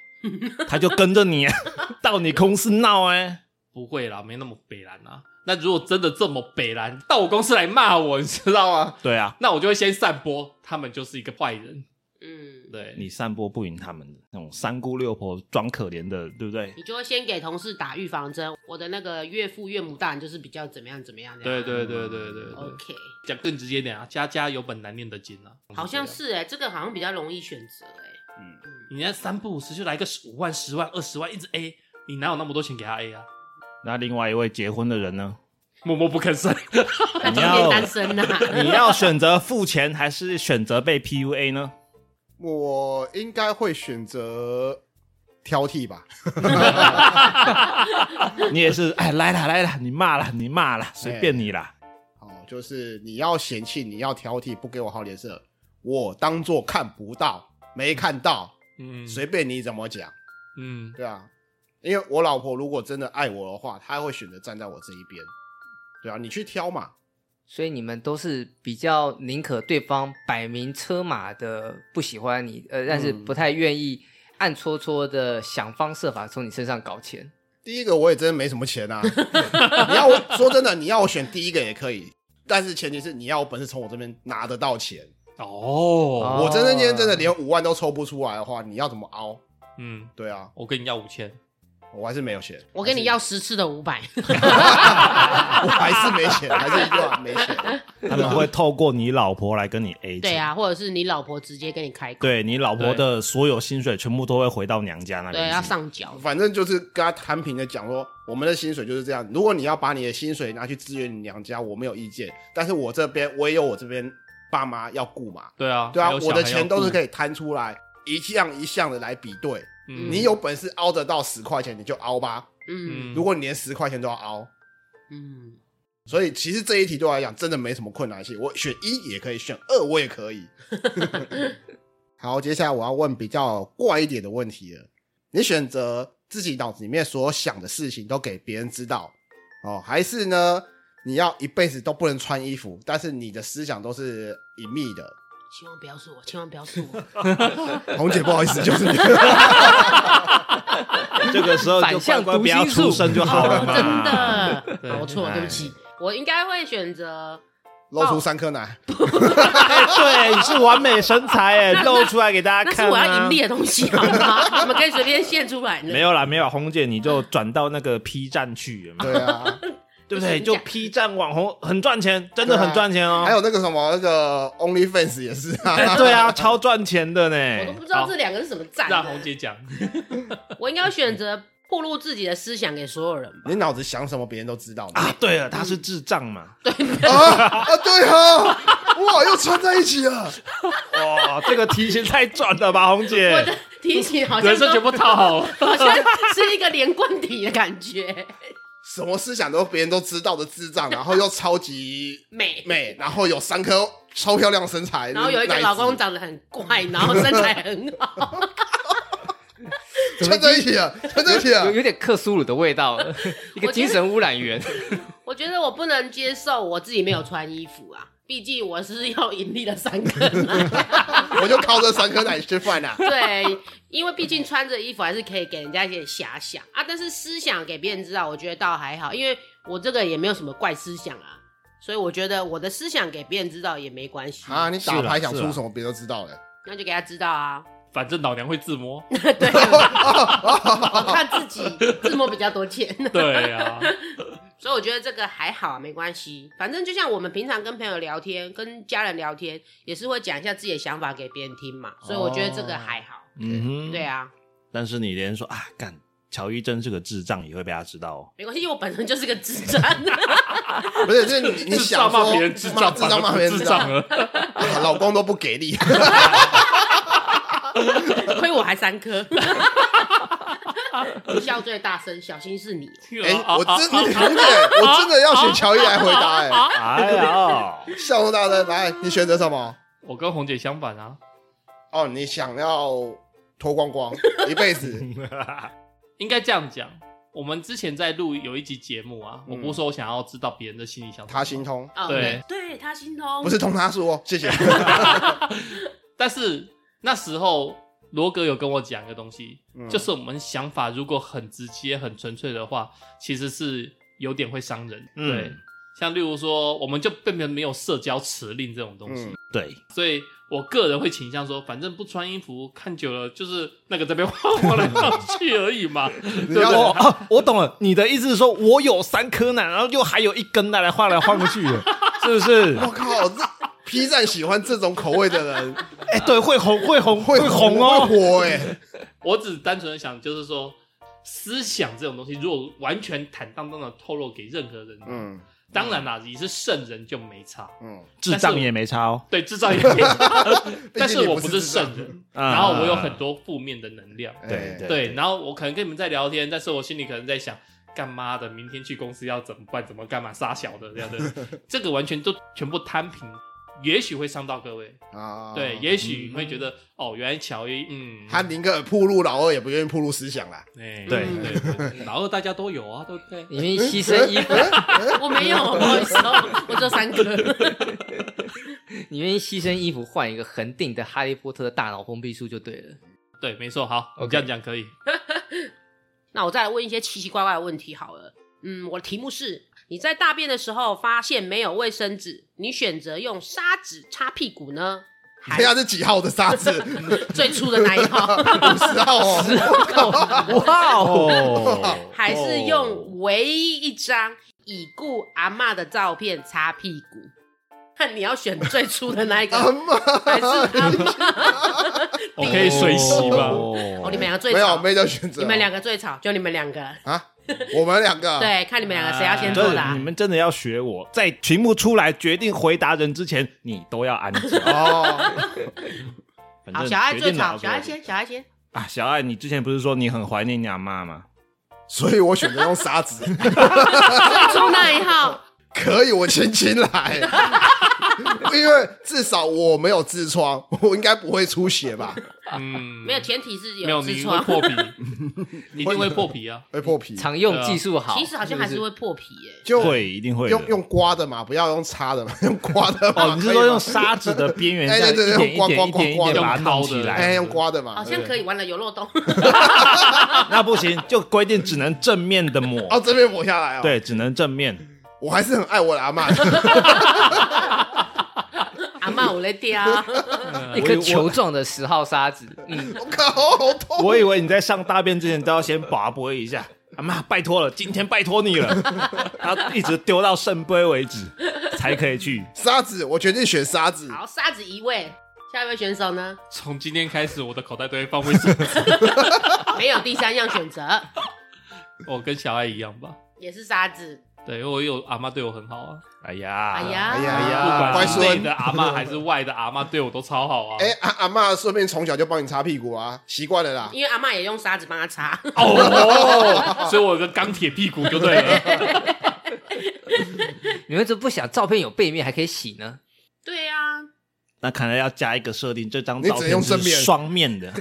S4: 他就跟着
S2: <laughs>
S4: 你、啊、到你公司闹哎、
S2: 不会啦，没那么北蓝啊。那如果真的这么北蓝，到我公司来骂我，你知道吗？
S4: 对啊，
S2: 那我就会先散播，他们就是一个坏人。
S1: 嗯，
S2: 对，
S4: 你散播不赢他们的那种三姑六婆装可怜的，对不对？
S1: 你就会先给同事打预防针。我的那个岳父岳母大人就是比较怎么样怎么样的。
S2: 对对对对对对，
S1: ，OK，
S2: 讲更直接点啊，家家有本难念的经啊。
S1: 好像是哎、这个好像比较容易选择哎、
S2: 你那三不五时就来个五万、十万、二十万，一直 A，你哪有那么多钱给他 A 啊？
S4: 那另外一位结婚的人呢？
S2: 默默不吭声。
S1: <laughs> 那
S4: 你
S1: 中间
S4: 要
S1: 单身呐、啊
S4: <laughs> 你要选择付钱还是选择被 PUA 呢？
S5: 我应该会选择挑剔吧，
S4: 你也
S3: <laughs>
S4: 是哎，来啦来啦，你骂啦你骂啦，随便你啦。
S5: 哦，就是你要嫌弃，你要挑剔，不给我好脸色，我当做看不到，没看到，
S2: <laughs> 嗯，
S5: 随便你怎么讲，
S2: 嗯，
S5: 对啊，因为我老婆如果真的爱我的话，她会选择站在我这一边，对啊，你去挑嘛，
S3: 所以你们都是比较宁可对方摆明车马的不喜欢你，呃，但是
S5: 嗯
S3: 不太愿意暗搓搓的想方设法从你身上搞钱。
S5: 第一个我也真的没什么钱啊，你要我说真的，你要我选第一个也可以，但是前提是你要有本事从我这边拿得到钱。
S2: 哦，
S3: 哦
S5: 我真真今天真的连五万都抽不出来的话，你要怎么凹？
S2: 嗯，
S5: 对啊，
S2: 我跟你要五千，
S5: 我还是没有钱，
S1: <laughs> 我跟你要十次的五百，
S5: 我还是没钱，还是一样没钱。
S3: 哎
S4: 他们会透过你老婆来跟你 A 钱
S1: 对，啊，或者是你老婆直接跟你开口，
S4: 对你老婆的所有薪水全部都会回到娘家那边
S1: 对，
S4: 去。
S1: 要上缴，
S5: 反正就是跟他摊平的讲说，我们的薪水就是这样。如果你要把你的薪水拿去支援你娘家，我没有意见，但是我这边我也有我这边爸妈要顾嘛，
S2: 对啊，
S5: 对啊，
S2: 还有小
S5: 我的
S2: 孩
S5: 钱
S2: 要
S5: 都是
S2: 顾
S5: 可以摊出来，一项一项的来比对。
S2: 嗯
S5: 你有本事凹得到十块钱，你就凹吧。
S1: 嗯
S5: 如果你连十块钱都要凹，
S1: 嗯，
S5: 所以其实这一题对我来讲真的没什么困难性。我选一也可以，选二我也
S4: <laughs>
S5: 可以。好，接下来我要问比较怪一点的问题了。你选择自己脑子里面所想的事情都给别人知道哦，还是呢，你要一辈子都不能穿衣服，但是你的思想都是隐秘的，
S1: 千万不要是我，千万不要是我。
S5: 红姐不好意思，就是你。
S4: <laughs> 这个时候
S3: <laughs>
S4: 就
S3: 反向
S4: 乖乖不要
S3: 读心术
S4: 出声就好了
S1: <laughs>
S4: 嘛。
S1: 真，的，啊
S2: 对
S1: 好我错了，对不起，我应该会选择
S5: 露出三颗奶，
S4: <laughs> 哎，对，你是完美身
S1: <laughs>
S4: 材哎，露出来给大家
S1: 那是
S4: 看。啊
S1: 我要盈利。的东西，好吗？你们可以随便献出来呢。
S4: 没有啦，没有，红姐你就转到那个 P 站去，有没有
S5: 对啊，
S4: 对不对？
S1: 不是
S4: 就
S1: 你讲
S4: P 站网红很赚钱，真
S3: 啊
S4: 的很赚钱哦。
S5: 还有那个什么那个 OnlyFans 也是
S4: 哎，
S5: 啊，
S4: 对啊，超赚钱的
S1: 我都
S4: 呢
S1: 不。知道这两个是什么站
S2: 让红
S1: 的。
S2: 姐
S5: <laughs>
S2: 讲，
S1: 我应该选择暴露自己的思想给所有人吧。
S5: 你脑子想什么别人都知道嘛。
S4: 啊，对了，他是智障嘛？
S5: 啊啊，对哦，哇，又穿在一起了。
S4: 哇，这个题型太赚了吧，红
S1: 嗯 <laughs> 我
S4: 姐
S1: 的。提醒好像
S2: 人生全
S1: 都
S2: 部套好了，
S1: <laughs> 好像是一个连贯体的感觉，
S5: 什么思想都别人都知道的智障，然后又超级
S1: 美。
S5: 美，然后有三颗超漂亮的身材，
S1: 然后有一个
S5: 奶子
S1: 老公长得很怪，然后身材很好，
S5: <laughs> 穿在一起了，穿在一起
S2: 啊
S3: 有
S5: 了。
S3: 有点克苏鲁的
S2: <laughs>
S3: 味道了，一个精神污染源。
S1: 我觉得我不能接受我自己没有穿衣服啊，毕竟我是要盈利了三个奶。！
S5: 我就靠这三颗奶吃饭啊
S1: <laughs> 对，因为毕竟穿着衣服还是可以给人家一些遐想啊，但是思想给别人知道，我觉得倒还好，因为我这个也没有什么怪思想啊，所以我觉得我的思想给别人知道也没关系
S5: 啊，你打牌想
S4: 是啦是
S5: 出
S4: 啦
S5: 什么，别人都知道了。
S1: 那就给他知道
S5: <laughs>
S1: 啊。
S2: 反正老娘会自摸。
S1: 对，我看自己自摸比较多钱，
S2: 对啊，
S1: 所以我觉得这个还好啊，没关系。反正就像我们平常跟朋友聊天、跟家人聊天，也是会讲一下自己的想法给别人听嘛，所以我觉得这个还好。
S4: 嗯哼，
S1: 对。啊，
S4: 但是你连说啊，干乔伊真是个智障，也会被他知道哦。
S1: 没关系，因为我本身就是个智障。啊
S5: 不
S2: <laughs>
S5: 是，就是你你
S2: 智障
S5: 想
S2: 骂
S5: 说
S2: 别人智
S5: 骂
S2: 障，
S5: 智障骂别人
S2: 智
S5: 智障
S2: 障，了。
S5: 啊老公都不
S2: <laughs>
S5: 给力。
S1: 亏我还三颗。你笑最大声，小心是你。
S5: <laughs> 哎，
S2: 啊 <laughs>
S5: 我真的红姐，我真的要选乔伊来回答。哎，
S4: 哎呀， <laughs>
S5: 笑容大人，来，你选择什么？
S2: 我跟红姐相反啊，
S5: 哦，你想要脱光光一辈子？
S4: <laughs>
S2: 应该这样讲。我们之前在录有一集节目啊，我
S5: 嗯
S2: 不是说我想要知道别人的心里想法，
S5: 他心通，
S1: 哦
S2: 对
S1: 对，他心痛。
S5: 不是通他说，谢谢。
S2: 但是那时候罗格有跟我讲一个东西，
S5: 嗯
S2: 就是我们想法如果很直接、很纯粹的话，其实是有点会伤人。
S4: 嗯
S2: 对，像例如说，我们就根本没有社交辞令这种东西，
S5: 嗯
S4: 对，
S2: 所以我个人会倾向说，反正不穿衣服看久了，就是那个这边晃晃来晃去而已嘛。 <laughs>
S5: 你
S4: 我
S5: 要
S4: 哦，我懂了，你的意思是说我有三颗奶，然后又还有一根奶来晃来晃去的， <laughs> 是不是？
S5: 我靠，这 P 站喜欢这种口味的人
S4: 哎、对，会红，会红，
S5: 会
S4: 红
S5: 会
S4: 哦。
S5: 火哎、
S2: 我只单纯的想，就是说。思想这种东西，如果完全坦荡荡的透露给任何人，
S5: 嗯
S2: 当然啦，你是圣人就没差。
S5: 嗯，
S4: 智障也没差哦。
S2: 对，智障也没差，但是我不
S5: 毕竟你不
S2: 是
S5: 是
S2: 圣人，
S4: 啊
S2: 然后我有很多负面的能量，
S4: <laughs> 对
S5: 哎
S4: 对
S2: 对，然后我可能跟你们在聊天，但是我心里可能在想，干妈的，明天去公司要怎么办？怎么干嘛？杀小的这样的，这个完全都全部摊平，也许会伤到各位，
S5: 啊，
S2: 对，也许你会觉得，哦，原来乔伊，嗯，
S5: 他宁可铺路，老二也不愿意铺路思想啦。
S2: 哎，
S4: 对
S2: 对对，对老二大家都有啊，对不对？
S3: 你们牺牲衣服，
S2: 嗯
S1: 我没有，不好意思哦，我只有三颗。
S2: 嗯
S3: <laughs> 你愿意牺牲衣服换一个恒定的哈利波特的大脑封闭术就对了。
S2: 对，没错，好，你
S3: OK
S2: 这样讲可以，
S1: 那我再来问一些奇奇怪怪的问题好了。嗯，我的题目是：你在大便的时候发现没有卫生纸，你选择用砂纸擦屁股呢，还
S5: 哎呀，是几号的沙子？
S1: 最初的那一号，
S5: 五十号哦，
S4: 哇哦，
S1: 还是用唯一一张已故阿嬷的照片擦屁股？看你要选最初的那一个，还是阿嬷？
S4: 哦
S2: 我哦可以水洗吧？
S1: 哦，你们两个最
S5: 没有
S1: 吵，
S5: 没得选择。
S1: 你们两个最吵，就你们两个。
S5: 啊，我们两个，啊
S1: 对，看你们两个谁要先
S4: 真
S1: 作
S4: 的，
S1: 答
S4: 你。们真的要学我，在题目出来决定回答人之前，你都要安
S1: <laughs>
S4: 静。
S5: 哦，
S4: 反
S1: 好，
S4: 正
S1: 小爱
S4: 决
S1: 最
S4: 定
S1: 吵，
S4: 哪个
S1: 小爱先，小爱先。
S4: 啊！小爱，你之前不是说你很怀念你阿妈吗？
S5: 所以我选择用沙子，
S1: 最初那一号，
S5: 可以，我亲亲来。 <laughs> 因为至少我没有痔疮，我应该不会出血吧？
S2: 嗯，
S1: 没有，前提是
S2: <laughs> 没有，
S1: 痔
S2: 你会
S1: 疮，
S2: <laughs> 破皮，一定会破皮 <laughs> 啊！
S5: 会破皮，
S3: 常用
S2: 对啊
S3: 技术好，
S1: 其实好像还
S3: 是
S1: 是
S3: 不
S1: 会破皮耶、
S5: 就
S4: 会一定会的
S5: 用用刮的嘛，不要用擦的嘛， <laughs> 用刮的嘛。
S4: 哦，你是
S5: 可
S4: 说
S5: 以
S4: 用
S5: 吗
S4: 沙子的边
S5: <laughs>
S4: 缘
S5: 哎
S4: 这样一
S5: 对对对
S4: 点一
S5: 刮
S4: 点一
S5: 刮
S4: 点一
S5: 刮
S4: 点
S5: 刮
S4: 把它弄起
S2: 用掏的
S5: 哎
S4: 来？
S5: 用刮的嘛？
S1: 好像可以玩了，有漏 <laughs> 洞。
S4: <laughs> 那不行，就规定只能正面的抹。
S5: <laughs> 哦，这边抹下来哦。，
S4: 对，只能正面。
S5: 我还是很爱我的阿妈。
S4: <laughs>
S1: 阿妈，我来掉 <laughs> 啊，
S2: 嗯
S3: 一颗球状的十号沙子，嗯，
S5: 我靠，好痛！
S4: 我以为你在上大便之前都要先拔播一下。 <laughs> 阿妈，拜托了，今天拜托你了， <laughs> 然后一直丢到圣杯为止才可以去。
S5: 沙子，我决定选沙子。
S1: 好，沙子一位，下一位选手 <laughs> 呢？
S2: 从今天开始，我的口袋都会放卫生纸。
S1: <laughs> 没有第三样选 <laughs> 择，
S2: 我跟小爱一样吧？
S1: 也是沙子。
S2: 对，因为我有阿妈对我很好啊，
S4: 哎呀，
S1: 哎呀，
S5: 哎
S2: 不
S5: 呀乖
S2: 管是内
S5: 孙
S2: 的阿妈还是外的阿妈，对我都超好啊。
S5: 哎，阿阿妈顺便从小就帮你擦屁股啊，习惯了啦。
S1: 因为阿妈也用沙子帮他擦。
S2: 哦，所以我有个钢铁屁股就对了。
S3: 你们怎么不想照片有背面还可以洗呢？
S1: <laughs> 对啊，
S4: 那可能要加一个设定，这张
S5: 你
S4: 照
S5: 只
S4: 片
S5: 能用
S4: 是
S5: 正面
S4: 双面
S5: <laughs>
S4: 的，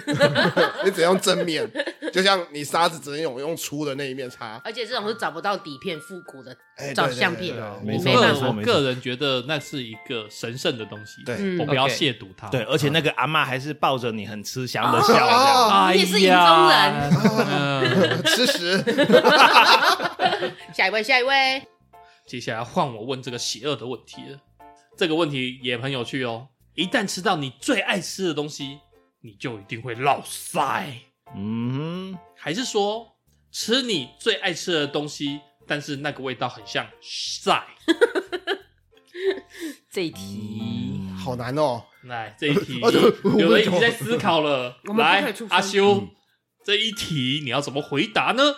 S5: 你只能用正面，就像你沙子只能用用粗的那一面擦。 <laughs>
S1: 而且这种是找不到底片复古的
S5: 哎对
S1: 照
S5: 对
S1: 相
S5: 对
S1: 片
S5: 对，
S1: 你
S4: 没
S1: 没
S4: 错
S1: 办
S4: 没
S1: 法
S2: 个
S4: 错。
S2: 我个人觉得那是一个神圣的东西，
S5: 对
S1: 嗯
S2: 我不要
S3: OK
S2: 亵渎它。
S4: 对，而且那个阿妈还是抱着你很慈祥的笑，这样
S5: 啊，
S2: 哎呀，
S1: 哦你也是影中人
S2: 嗯
S5: 吃屎！
S1: 下一位，下一位，
S2: 接下来换我问这个邪恶的问题了。这个问题也很有趣哦。一旦吃到你最爱吃的东西，你就一定会落腮，
S4: 嗯哼，
S2: 还是说吃你最爱吃的东西，但是那个味道很像晒？
S3: 这一题
S5: 好难哦，
S2: 来，这一题
S5: 啊对
S2: 有人已经在思考了
S1: 我。们不可
S2: 来
S1: 以出，分
S2: 阿修，这一题你要怎么回答呢？
S1: 哦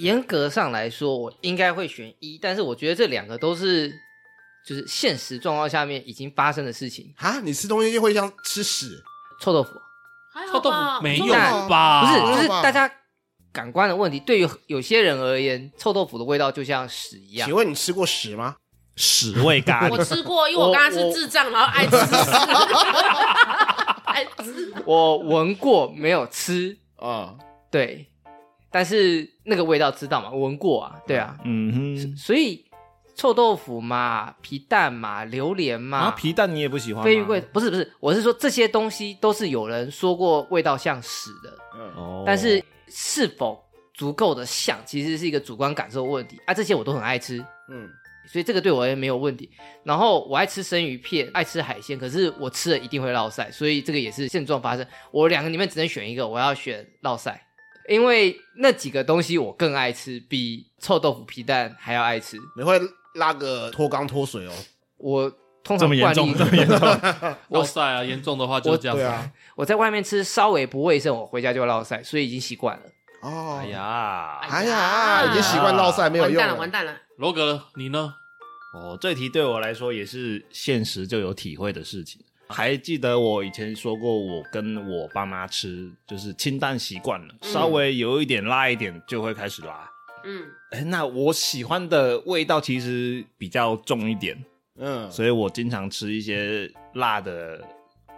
S3: 严格上来说，我应该会选一，但是我觉得这两个都是就是现实状况下面已经发生的事情。
S5: 啊！你吃东西就会像吃屎，
S3: 臭豆腐
S1: 还
S2: 臭
S1: 好
S2: 豆
S1: 吧？
S2: 腐没
S1: 哦臭
S2: 有
S1: 豆腐
S3: 腐
S2: 吧？
S3: 不是，
S5: 啊
S3: 就是
S5: 好吧
S3: 大家感官的问题。对于有些人而言，臭豆腐的味道就像屎一样
S5: 请。问你吃过屎吗？
S4: 屎味咖
S1: 我
S4: 喱。
S1: 吃过，因为我刚刚是智障，然后爱
S5: <laughs>
S1: 吃屎，爱吃。
S3: 我闻过，没有吃，
S5: 啊，
S3: 对，但是那个味道知道嘛？闻过啊，对啊，
S4: 嗯哼，
S3: 所以臭豆腐嘛，皮蛋嘛，榴莲嘛，
S4: 啊，皮蛋你也不喜欢吗？
S3: 鲱鱼贵不是不是，我是说这些东西都是有人说过味道像屎的，
S4: 哦，
S3: 但是是否足够的像，其实是一个主观感受的问题啊。这些我都很爱吃，
S5: 嗯，
S3: 所以这个对我而言没有问题。然后我爱吃生鱼片，爱吃海鲜，可是我吃了一定会落晒，所以这个也是现状发生。我两个里面只能选一个，我要选落晒，因为那几个东西我更爱吃，比臭豆腐、皮蛋还要爱吃。
S5: 你会拉个脱肛脱水哦。
S3: 我通
S4: 这
S3: 常
S4: 么严
S3: 惯
S4: 重，
S3: 例
S4: 这么严重，
S2: 落晒啊，严重的话就是这样
S5: 对
S2: 子。
S5: 啊，
S3: <laughs> 我在外面吃稍微不卫生，我回家就落晒，所以已经习惯了。
S5: 哦，
S4: 哎，呀，
S5: 哎呀，已经习惯落晒没有
S1: 完
S5: 用
S1: 蛋了，完蛋了！
S2: 罗格，你呢？
S4: 哦，这题对我来说也是现实就有体会的事情。还记得我以前说过，我跟我爸妈吃就是清淡习惯了，稍微有一点辣一点就会开始拉。
S1: 嗯，
S4: 哎、那我喜欢的味道其实比较重一点，
S5: 嗯，
S4: 所以我经常吃一些辣的、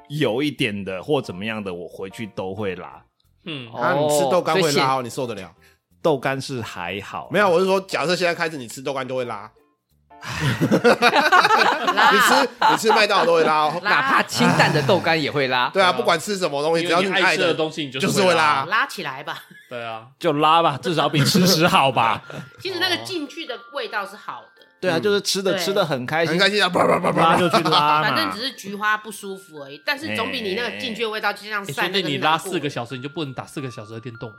S4: 油一点的或怎么样的，我回去都会拉。
S2: 嗯，
S5: 啊，你吃豆干
S3: 所
S5: 会
S3: 以现
S5: 拉哦，你受得了？
S4: 豆干是还好，
S5: 没有，我是说，假设现在开始你吃豆干就会拉， <laughs> 哦你
S1: 拉
S5: 吃你吃麦当劳都
S1: <laughs>
S5: 会拉哦。
S1: 拉
S3: 哪怕清淡的豆干也会拉。
S5: 对啊，不管吃什么东西，
S2: 因
S5: 只
S2: 为
S5: 要
S2: 你
S5: 你
S2: 爱
S5: 爱
S2: 吃的东西，你
S5: 就是
S2: 是会
S5: 会拉。
S1: 拉起来吧。
S2: 对啊，
S4: 就拉吧，至少比吃屎好
S5: <laughs>
S4: 吧。
S1: 其实那个进去的味道是好的，
S4: 对啊，就是吃的
S1: 对
S4: 吃的很开
S5: 很
S4: 心，
S5: 开心啊，叭叭叭叭
S4: 拉就去拉嘛。
S2: 啊
S1: 反正只是菊花不舒服而已，但是总比你那个进去的味道就像
S2: 欸、
S1: 散
S2: 兄弟，
S1: 那个
S2: 你拉
S1: 难过
S2: 四个小时，你就不能打四个小时的电动？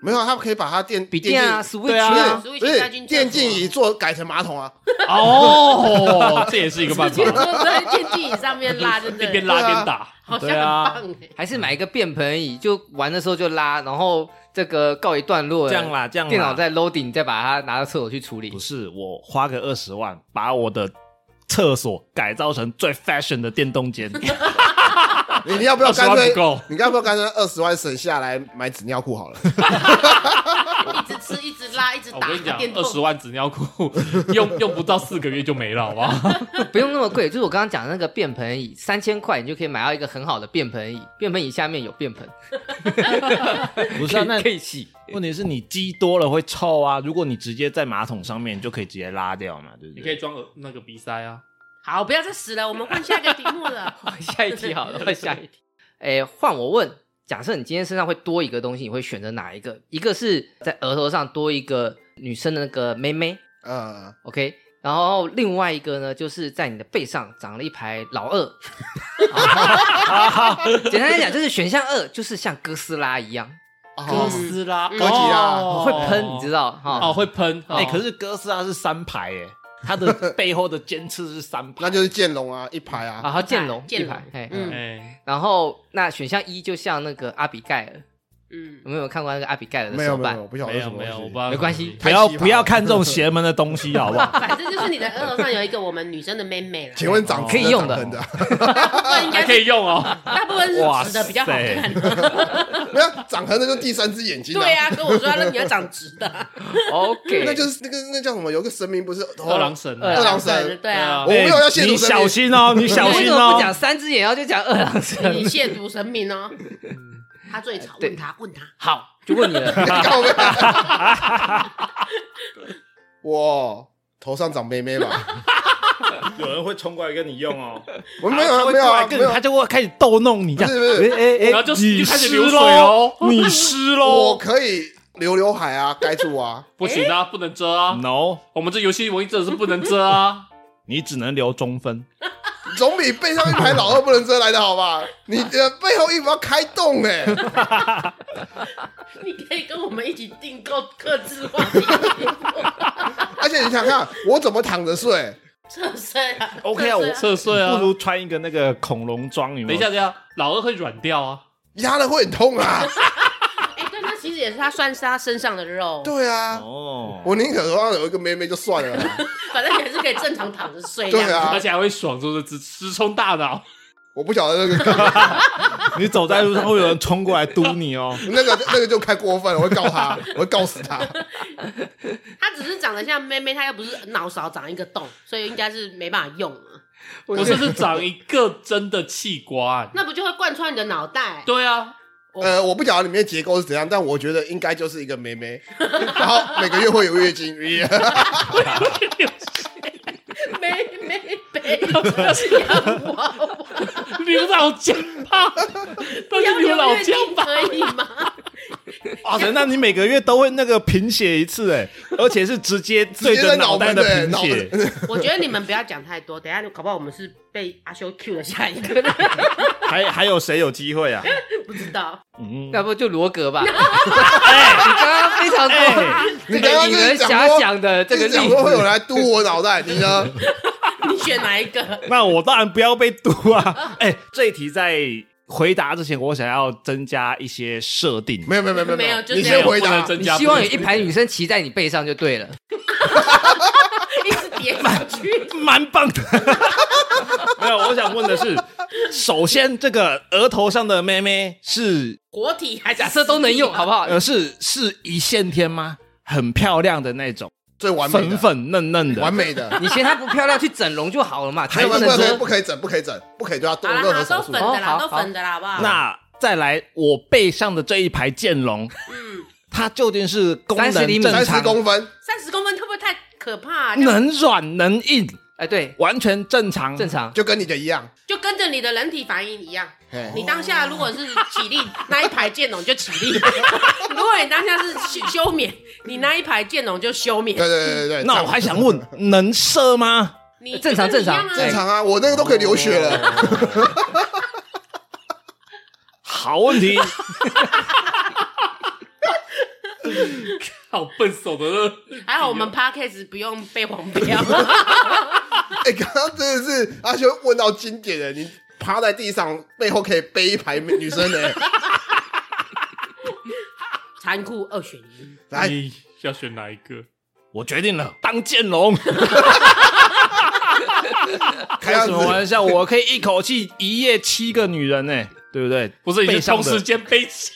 S5: 没有，他可以把他电
S3: 笔电啊
S5: 竞
S3: ，Switch
S5: 不
S3: 啊
S5: 是，
S1: Switch
S5: 不
S1: 带进厕所
S5: 是电竞椅座改成马桶啊，
S2: 哦，这也是一
S1: <laughs>
S2: 个办
S1: 就坐
S2: 法，
S1: 在电竞椅上面拉，对不
S2: 一
S1: 对？
S2: 边拉边打。
S1: 好像
S4: 对
S1: 很
S4: 啊
S1: 棒哎。
S3: 还是买一个便盆椅，就玩的时候就拉，然后这个告一段落了，
S4: 这样啦，这样啦
S3: 电脑再 loading，你再把它拿到厕所去处理
S4: 不。是我花个二十万把我的厕所改造成最 fashion 的电
S1: <laughs>
S4: 动间，
S5: 你你要不要
S2: 20
S5: 干
S2: 万
S5: 脆
S2: 不够
S5: 你要不要干脆二十万省下来买纸尿裤好了？
S1: 一直吃，一直拉，一直
S2: 哦我
S1: 打
S2: 跟你讲，
S1: 电
S2: 二十
S1: 动。
S2: 万纸尿裤用用不到四个月就没了，好不好？
S3: <laughs> 不用那么贵，就是我刚刚讲的那个便盆椅，三千块你就可以买到一个很好的便盆椅，便盆椅下面有便
S4: <laughs>
S3: 盆，
S4: 不是
S3: 可
S4: 啊，
S3: 以
S4: 那
S3: 可以洗。
S4: 问题是你积多了会臭啊。如果你直接在马桶上面，你就可以直接拉掉嘛，对不
S2: 你可以
S4: 对？
S2: 装耳那个鼻塞啊。
S1: 好，不要再死了，我们换下一个题目
S2: <laughs>
S1: 了。
S3: 下一题好了，换下一题。 <laughs> 哎，换我问，假设你今天身上会多一个东西，你会选择哪一个？一个是在额头上多一个女生的那个妹妹
S5: 呃，
S3: ，OK。然后另外一个呢，就是在你的背上长了一排老二。 <laughs> 简单来讲，就是选项二，就是像哥斯拉一样，
S5: 哦
S2: 哥，斯拉，
S1: 嗯
S5: 哥吉拉
S2: 哦
S3: 会喷，你知道哈？
S2: 哦，会喷。
S4: 哎、可
S2: 是
S4: 是哥斯拉是三排耶、它
S5: <laughs>
S4: 的背后的尖刺是三排，
S5: 那就是剑龙啊，一排啊，
S3: 然后剑龙
S1: 剑
S3: 一
S1: 龙
S3: 排，哎，
S1: 嗯
S2: 哎，
S3: 然后那选项一就像那个阿比盖尔，
S1: 嗯
S3: 有，没有看过那个阿比盖尔的
S5: 没有
S3: 手
S5: 没
S3: 办
S5: 有，？我不晓得
S2: 没
S5: 是什
S2: 有
S5: 么东
S2: 没
S5: 西
S2: 有，我不知道
S3: 没关系
S4: 不
S5: 太
S4: 要
S5: 稀
S4: 不要
S5: 吧
S4: 看这种邪门的东西，好不好？
S1: 反正就是你的额头上有一个我们女生的妹妹了。
S5: 请问长
S4: 哦
S5: 直
S3: 可以用的
S5: 长横的啊， <laughs>
S1: 大部分应
S2: 还
S1: 该
S2: 可
S1: 是
S2: 以
S1: <laughs>
S2: 用哦。
S1: 大部分
S4: 哇
S1: 是直的比较好看。
S5: 没有长横的就第三只眼睛，
S1: 对，啊，所以我说那你要长直
S5: <laughs>
S1: 的。
S3: OK，
S5: 那就是那个那叫什么？有个神明不是哦
S2: 二郎神啊，
S5: 二郎
S1: 对
S5: 神，
S1: 对啊，
S5: <laughs> 我没有要
S4: 哎
S5: 亵
S4: 你
S5: 渎神
S4: 小
S5: 明，
S4: 心哦，你小
S3: 为
S4: 心
S3: 什么不
S4: 哦。
S3: 讲三只眼，然后就讲二郎
S2: 啊
S3: 神？
S1: 你亵渎神明
S2: <laughs>
S1: 哦。
S2: 嗯
S1: 他最吵，
S3: 对
S1: 问他问他。
S3: 好，就问你了，
S5: 告白。 <laughs> 我头上长妹妹吧？
S4: <laughs> 有人会冲过来跟你用
S2: <laughs>
S4: 哦，
S5: 我没有啊没有啊没有
S4: 他
S5: 啊，
S4: 就会开始逗弄你这样，
S5: 不是不是
S4: 哎哎哎，
S2: 然后就就
S4: 你
S2: 开始
S4: 湿
S2: 流水
S4: 喽
S2: 哦，
S4: <laughs> 你湿
S5: 我
S4: 喽
S5: 可以留刘海啊，盖住啊。
S2: 不行啊，不能遮啊。
S4: ，no，
S2: 我们这游戏唯一真的是不能遮啊。
S4: 你只能留中分。
S5: 总比背上一排老二不能遮来的好吧？你的背后衣服要开洞哎、
S1: <laughs> 你可以跟我们一起订购客制化的衣服
S5: 而且你想看我怎么躺着睡？
S1: 侧身啊。
S4: OK 啊
S1: 侧身
S2: 侧睡啊
S4: 不。如穿一个那个恐龙装，有
S2: 等
S4: 没有
S2: 一下，等一下，老二会软掉啊。
S5: 压了会很痛啊！
S1: 哎，对，那其实也是他算是他身上的肉，
S5: 对啊，
S4: 哦，
S5: 我宁可说有一个妹妹就算了啦，
S1: 反正也是可以正常躺着睡这
S5: 对
S1: 样子。
S5: 啊
S2: 而且还会爽，就是直直冲大脑。
S5: 我不晓得那个 <laughs>
S4: 你走在路上会有人冲过来嘟你哦。
S5: 那个那个就太过分了，我会告他，我会告死他。
S1: 他只是长得像妹妹，他又不是脑勺长一个洞，所以应该是没办法用了。
S2: 我甚至长一个真的器官。
S1: 那不就会贯穿你的脑袋？ <laughs>
S2: 对啊，
S5: 呃，我不晓得里面结构是怎样，但我觉得应该就是一个妹妹，然后每个月会有月经， <laughs>
S1: 没没没，是洋娃娃，
S2: 刘老家吧，
S1: 不
S2: 都
S1: 要
S2: 是刘老
S1: 留月
S2: 家
S1: 经
S2: 吧。
S1: 可以吗？ <laughs>
S4: 哇塞，那你每个月都会那个贫血一次哎，而且是直接对着脑袋的贫血
S5: 直接在脑，门
S1: 我觉得你们不要讲太多，等一下搞不好我们是被阿修 Q 了下一个的，
S4: 还还有谁有机会 <laughs> 啊？
S1: 不知道。
S4: 嗯，
S3: 要不就罗格吧？哎，你刚刚非常
S4: 哎
S3: 多，
S5: 你刚刚
S3: 引
S5: 就
S3: 人
S5: 是讲
S3: 遐
S5: 说
S3: 想的这个
S5: <laughs> 就是讲
S3: 例
S5: 说会有人
S3: 子，
S5: 来嘟我脑袋，你呢？
S1: 你选哪一个？
S4: 那我当然不要被嘟啊。哎，这一题在回答之前，我想要增加一些设定。
S5: 没有没有没有
S1: 没
S5: 有
S1: 有，就
S5: 你
S1: 这样
S5: 先回
S2: 不能
S5: 答。
S2: 增
S3: 你
S2: 加
S3: 希望有一排女生骑在你背上就对了。
S1: 一直叠上去，
S4: 蛮棒的。 <laughs> 没有，我想问的是，首先这个额头上的妹妹是
S1: 活体还是 <laughs>
S3: 假设都能用，好不好？
S4: 呃是是一线天吗？很漂亮的那种，
S5: 最完美
S4: <laughs> 粉
S5: 的，
S4: 粉嫩嫩的
S5: 完。美的。
S3: 你嫌她不漂亮，去整容就好了嘛，
S5: 还
S3: 才
S5: 有
S3: 不
S5: 不
S3: 能
S5: 可以
S3: 说
S5: 不可以整，不可以整，不可以对他做
S1: 好啦好
S5: 任何
S1: 啦，
S5: 手
S1: 都
S5: 术
S1: 粉。的啦，
S3: 哦好
S1: 都粉的啦，好不好？
S4: 那再来，我背上的这一排剑龙，
S1: 嗯，
S4: 它究竟是功
S3: 30厘米
S4: 能正
S5: 三十
S4: 常、
S5: 公分，
S1: 三十公分会不会太可怕啊？这样
S4: 能软能硬，
S3: 哎，对，
S4: 完全正常？
S3: 正。常。
S5: 就跟你的一样。
S1: 就跟着你的人体反应一样。
S5: 嘿
S1: 你当下如果是起立， <laughs> 那一排剑龙就起立； <laughs> 如果你当下是休休眠，你那一排剑龙就休眠
S5: 对。对对对对，
S4: 那我还想问，能射吗？
S1: 你
S3: 正常
S1: 就跟你一样啊
S5: 正常啊，我那个都可以流血了。
S4: 哦好问题， <laughs>
S2: 好笨手的那个，
S1: 还好我们 podcast 不用被黄标，
S5: 哎，刚刚真的是阿修问到经典的，你趴在地上，背后可以背一排女生
S4: <laughs>
S5: 的。
S1: 残酷二选一。
S5: 来，
S2: 你要选哪一个？
S4: 我决定了，当剑龙。
S5: 开
S4: 开什
S5: 样子
S4: 么玩笑？我可以一口气一夜七个女人呢、对不对？
S2: 不是，你 <laughs>
S4: 背
S2: 是
S4: 上
S2: 同
S4: 的
S2: 时间背起，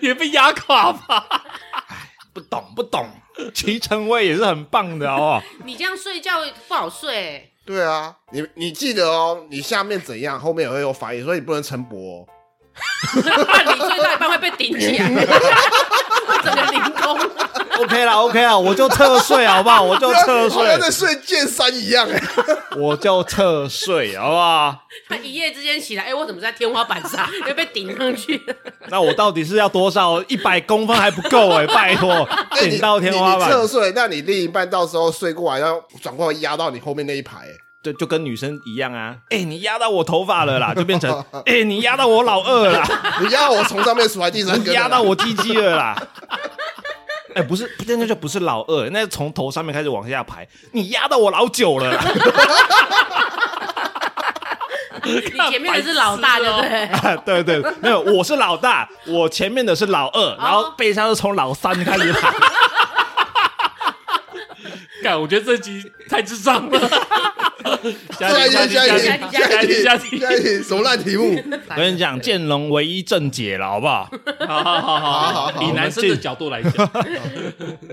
S2: 也被压垮吧？
S4: 不懂不懂，齐成威也是很棒的哦。
S1: 你这样睡觉不好睡、欸。
S5: <laughs> 对啊，你你记得哦，你下面怎样，后面也会有反应，所以你不能晨勃、哦。
S1: 你睡到一半会被顶起来，我整个凌空。
S4: <laughs> OK 啦 OK 啦，我就侧睡好不好？我就侧
S5: <laughs> 好像
S4: 睡，
S5: 在睡剑三一
S4: <laughs>
S5: 样哎、
S4: 我就侧睡好不好？
S1: 他一夜之间起来，哎、我怎么在天花板上？又被顶上去。
S4: 那我到底是要多少？一百公分还不够哎、拜
S5: <laughs>
S4: 托，
S5: 哎你
S4: 顶到天花
S5: 你
S4: 板
S5: 你，侧睡，那你另一半到时候睡过来，要转过来压到你后面那一排、哎
S4: 就就跟女生一样啊。哎、你压到我头发了 <laughs> 啦，就变成哎、你压到我老二啦。
S5: 哎你压我从上面数来第三根，
S4: 压到，我鸡鸡了
S5: <laughs>
S4: 啦！哎、不是，那那就不是老二，那是从头上面开始往下排。你压到我老九了啦， <laughs>
S1: 你前面的是老大，对不对？
S4: 啊对对，没有，我是老大，我前面的是老二，然后背上是从老三开始排。
S2: 干，我觉得这集太智障了。
S5: 下一题，下一题，
S1: 下
S5: 下
S1: 一
S5: 一
S1: 题
S5: 题，
S1: 下
S5: 下
S2: 一
S5: 一
S2: 题
S5: 题，
S2: 下一题
S5: 下一题，什么烂题目？
S4: 我跟你讲，建龙唯一正解了，好不好？
S2: 好好好好
S5: 好好
S2: 以
S5: 好
S2: 男生的角度来讲，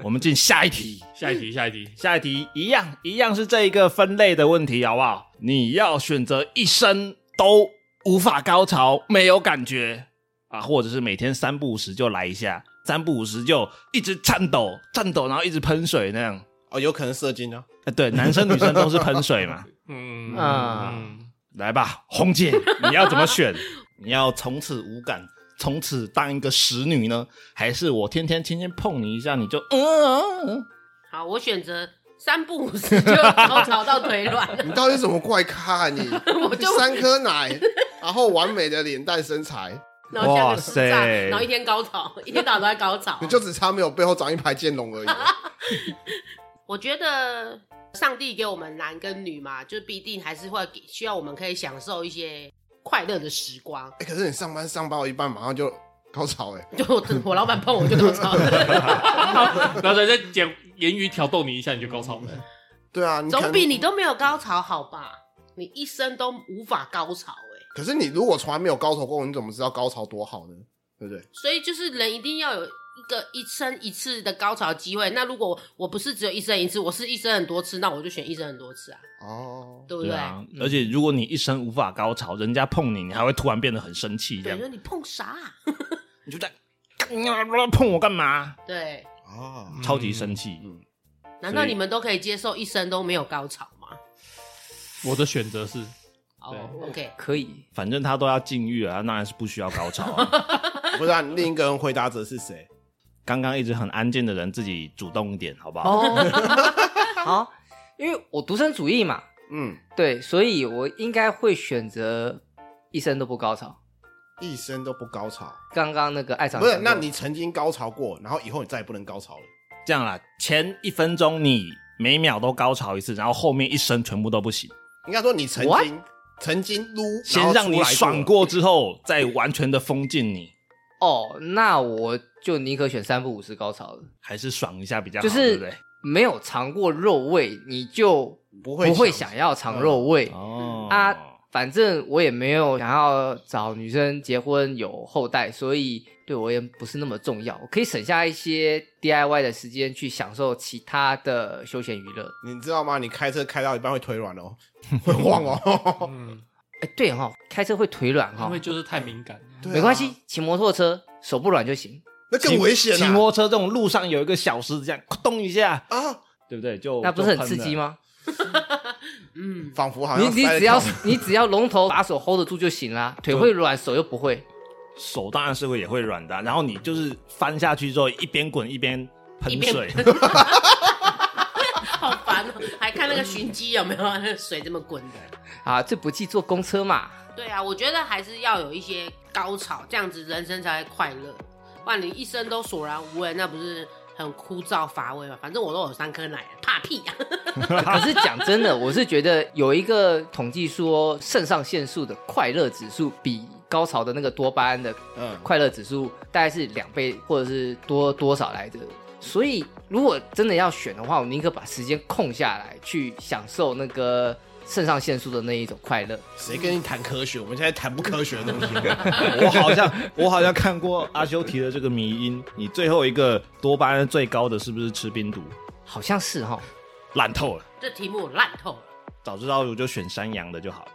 S4: 我们进下一题。
S2: 下一题，下一题，
S4: 下一题一样一样是这一个分类的问题，好不好？你要选择一生都无法高潮，没有感觉啊，或者是每天三不五时就来一下，三不五时就一直颤抖颤抖，然后一直喷水那样。
S5: <laughs> 哦，有可能射精呢。
S4: 啊，对，男生女生都是喷水嘛。 <laughs>
S2: 嗯
S3: 啊
S2: 嗯
S4: 来吧，红姐，你要怎么选？你要从此无感，从此当一个使女呢，还是我天天轻轻碰你一下你就嗯嗯？嗯嗯
S1: 好，我选择三不五时就高潮到腿软 <laughs> 了。
S5: 你到底什么怪咖啊你？
S1: <laughs> 我就
S5: 三颗奶，然后完美的脸蛋身材，
S1: 然后下
S4: 哇
S1: 个手炸，
S4: 塞
S1: 然后一天高潮，一天到晚都在高潮。
S5: 你就只差没有背后长一排剑龙而已。
S1: 我觉得上帝给我们男跟女嘛，就必定还是会给需要我们可以享受一些快乐的时光。
S5: 哎，可是你上班上到一半，马上就高潮哎。
S1: 就我我老板碰我就高潮
S4: <laughs>
S1: 了，
S2: 然后再再讲言语挑逗你一下，你就高潮了。
S5: 对啊，你可
S1: 总
S5: 能
S1: 比你都没有高潮好吧？你一生都无法高潮哎、
S5: 可是你如果从来没有高潮过，你怎么知道高潮多好呢？对不对？
S1: 所以就是人一定要有一个一生一次的高潮机会。那如果我不是只有一生一次，我是一生很多次，那我就选一生很多次啊，
S5: 哦，
S1: 对不
S4: 对
S1: 对？
S4: 啊，而且如果你一生无法高潮，人家碰你，你还会突然变得很生气，这
S1: 对，
S4: 样
S1: 你说你碰啥啊、
S4: 你就在 <laughs> 干呀碰我干嘛？
S1: 对，
S5: 啊，
S4: 超级生气。
S5: 嗯
S1: 难道你们都可以接受一生都没有高潮吗？
S2: 我的选择是，
S1: 哦、o k
S3: 可以，
S4: 反正他都要禁欲了，他当然是不需要高潮啊、
S3: <laughs>
S5: 不知道另一个人回答者是谁？
S4: 刚刚一直很安静的人，自己主动一点，好不好？
S3: 哦， <laughs> 好，因为我独身主义嘛，
S5: 嗯，
S3: 对，所以我应该会选择一生都不高潮。
S5: 一生都不高潮。
S3: 刚刚那个爱上
S5: 不是，
S3: 三
S5: 那
S3: 个
S5: 你曾经高潮过，然后以后你再也不能高潮了。
S4: 这样啦，前一分钟你每秒都高潮一次，然后后面一生全部都不行，
S5: 应该说你曾
S3: What？
S5: 经曾经撸，然
S4: 先
S5: 后
S4: 让
S5: 出
S4: 你
S5: 来
S4: 爽
S5: 过。
S4: 过之后，再完全的封禁你，
S3: 哦，那我就宁可选三不五十高潮了，
S4: 还是爽一下比较好，
S3: 就
S4: 对
S3: 是
S4: 不对？
S3: 没有尝过肉味，你就
S5: 不会
S3: 不会
S5: 想嗯
S3: 想要尝肉味、
S4: 哦
S3: 啊。反正我也没有想要找女生结婚有后代，所以对我也不是那么重要。我可以省下一些 DIY 的时间去享受其他的休闲娱乐。
S5: 你知道吗？你开车开到一半会腿软
S3: <laughs>
S5: 哦，会晃哦。
S2: 嗯，
S3: 哎，对哈、开车会腿软哈、
S2: 因为就是太敏感了。
S5: 对啊
S3: 没关系，，骑摩托车手不软就行。
S5: 那更危险
S4: 骑
S5: 啊！
S4: 摩托车这种路上有一个小石子，这样咕咚一下，
S5: 啊，
S4: 对不对？就
S3: 那不是很刺激？
S4: 就
S3: 吗？
S1: 嗯，
S5: 仿佛好
S3: 你
S5: 像
S3: 你
S5: 塞了
S3: 只要
S5: 条
S3: <laughs> 你只要龙头把手 hold 得住就行啦，腿会软，手又不会。
S4: 喷了手当然是会也会软的啊、然后你就是翻下去之后，一边滚一边
S1: 一
S4: 喷
S1: 边
S4: 水，
S1: <laughs> 好烦哦、还看那个寻机有没有那个水这么滚的。
S3: 啊，最不济坐公车嘛。
S1: 对啊，我觉得还是要有一些高潮，这样子人生才会快乐。不然你一生都索然无味，那不是很枯燥乏味吗？反正我都有三颗奶，怕屁啊呀、
S3: 可是讲真的，我是觉得有一个统计说，肾上腺素的快乐指数比高潮的那个多巴胺的
S5: 嗯，
S3: 快乐指数大概是两倍或者是多多少来着。所以如果真的要选的话，我宁可把时间空下来去享受那个肾上腺素的那一种快乐。
S5: 谁跟你谈科学？我们现在谈不科学的东西。
S4: <laughs>
S3: <laughs>
S4: 我好像我好像看过阿修提的这个迷因，你最后一个多巴胺最高的是不是吃冰毒？
S3: 好像是哈，
S4: 烂透了，
S1: <laughs> 这题目我烂透了。
S4: 早知道我就选山羊的就好了。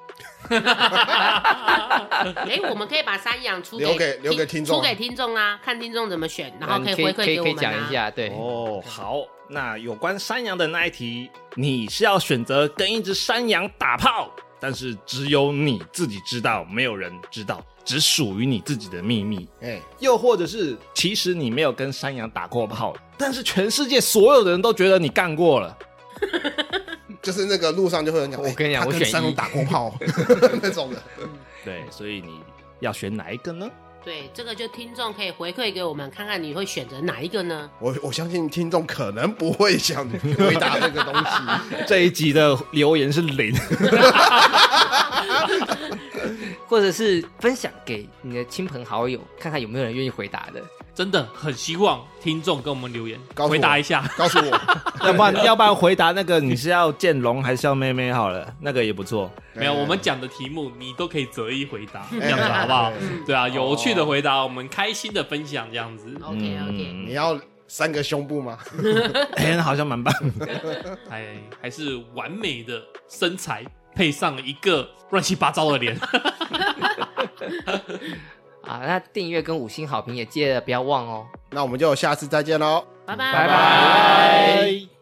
S1: 哎，我们可以把山羊出
S5: 留给留给听众
S1: 出给听众啊，看听众怎么选，然
S3: 那
S1: 后
S3: 你
S1: 可
S3: 可
S1: 以回馈
S3: 可以
S1: 给
S3: 可
S1: 我
S3: 以
S1: 们
S3: 讲一
S1: 啊。
S3: 下，对，
S4: 哦，好，那有关山羊的那一题，你是要选择跟一只山羊打炮，但是只有你自己知道，没有人知道，只属于你自己的秘密。
S5: 哎，
S4: 又或者是，其实你没有跟山羊打过炮，但是全世界所有的人都觉得你干过了。
S5: 就是那个路上就会有人讲，
S3: 我跟你讲
S5: 哎他
S3: 我
S5: 跟
S3: 选
S5: 山
S3: 一
S5: 东打过炮 <laughs> 那种的。
S4: 对，所以你要选哪一个呢？
S1: 对，这个就听众可以回馈给我们，看看你会选择哪一个呢？
S5: 我我相信听众可能不会想 <laughs> 回答这个东
S3: <laughs>
S5: 西。
S4: 这一集的留言是零。
S3: 或者是分享给你的亲朋好友，看看有没有人愿意回答的。
S2: 真的很希望听众跟我们留言
S5: 告诉我
S2: 回答一下。
S5: 告诉我，
S4: 要不然，要不然回答那个你是要见龙还是要妹妹好了，那个也不错。
S2: 没有，我们讲的题目你都可以择一回答，这
S5: 哎
S2: 样子好不好
S5: 哎？
S2: 对啊，有趣的回答，我们开心的分享，这样子。
S1: OK OK，
S5: 你要三个胸部吗？
S4: 嗯哎、那好像蛮棒的。
S2: 哎，还是完美的身材配上一个乱七八糟的脸。
S3: 啊，那订阅跟五星好评也记得不要忘哦。
S5: 那我们就下次再见喽。
S1: 拜拜
S3: 拜拜。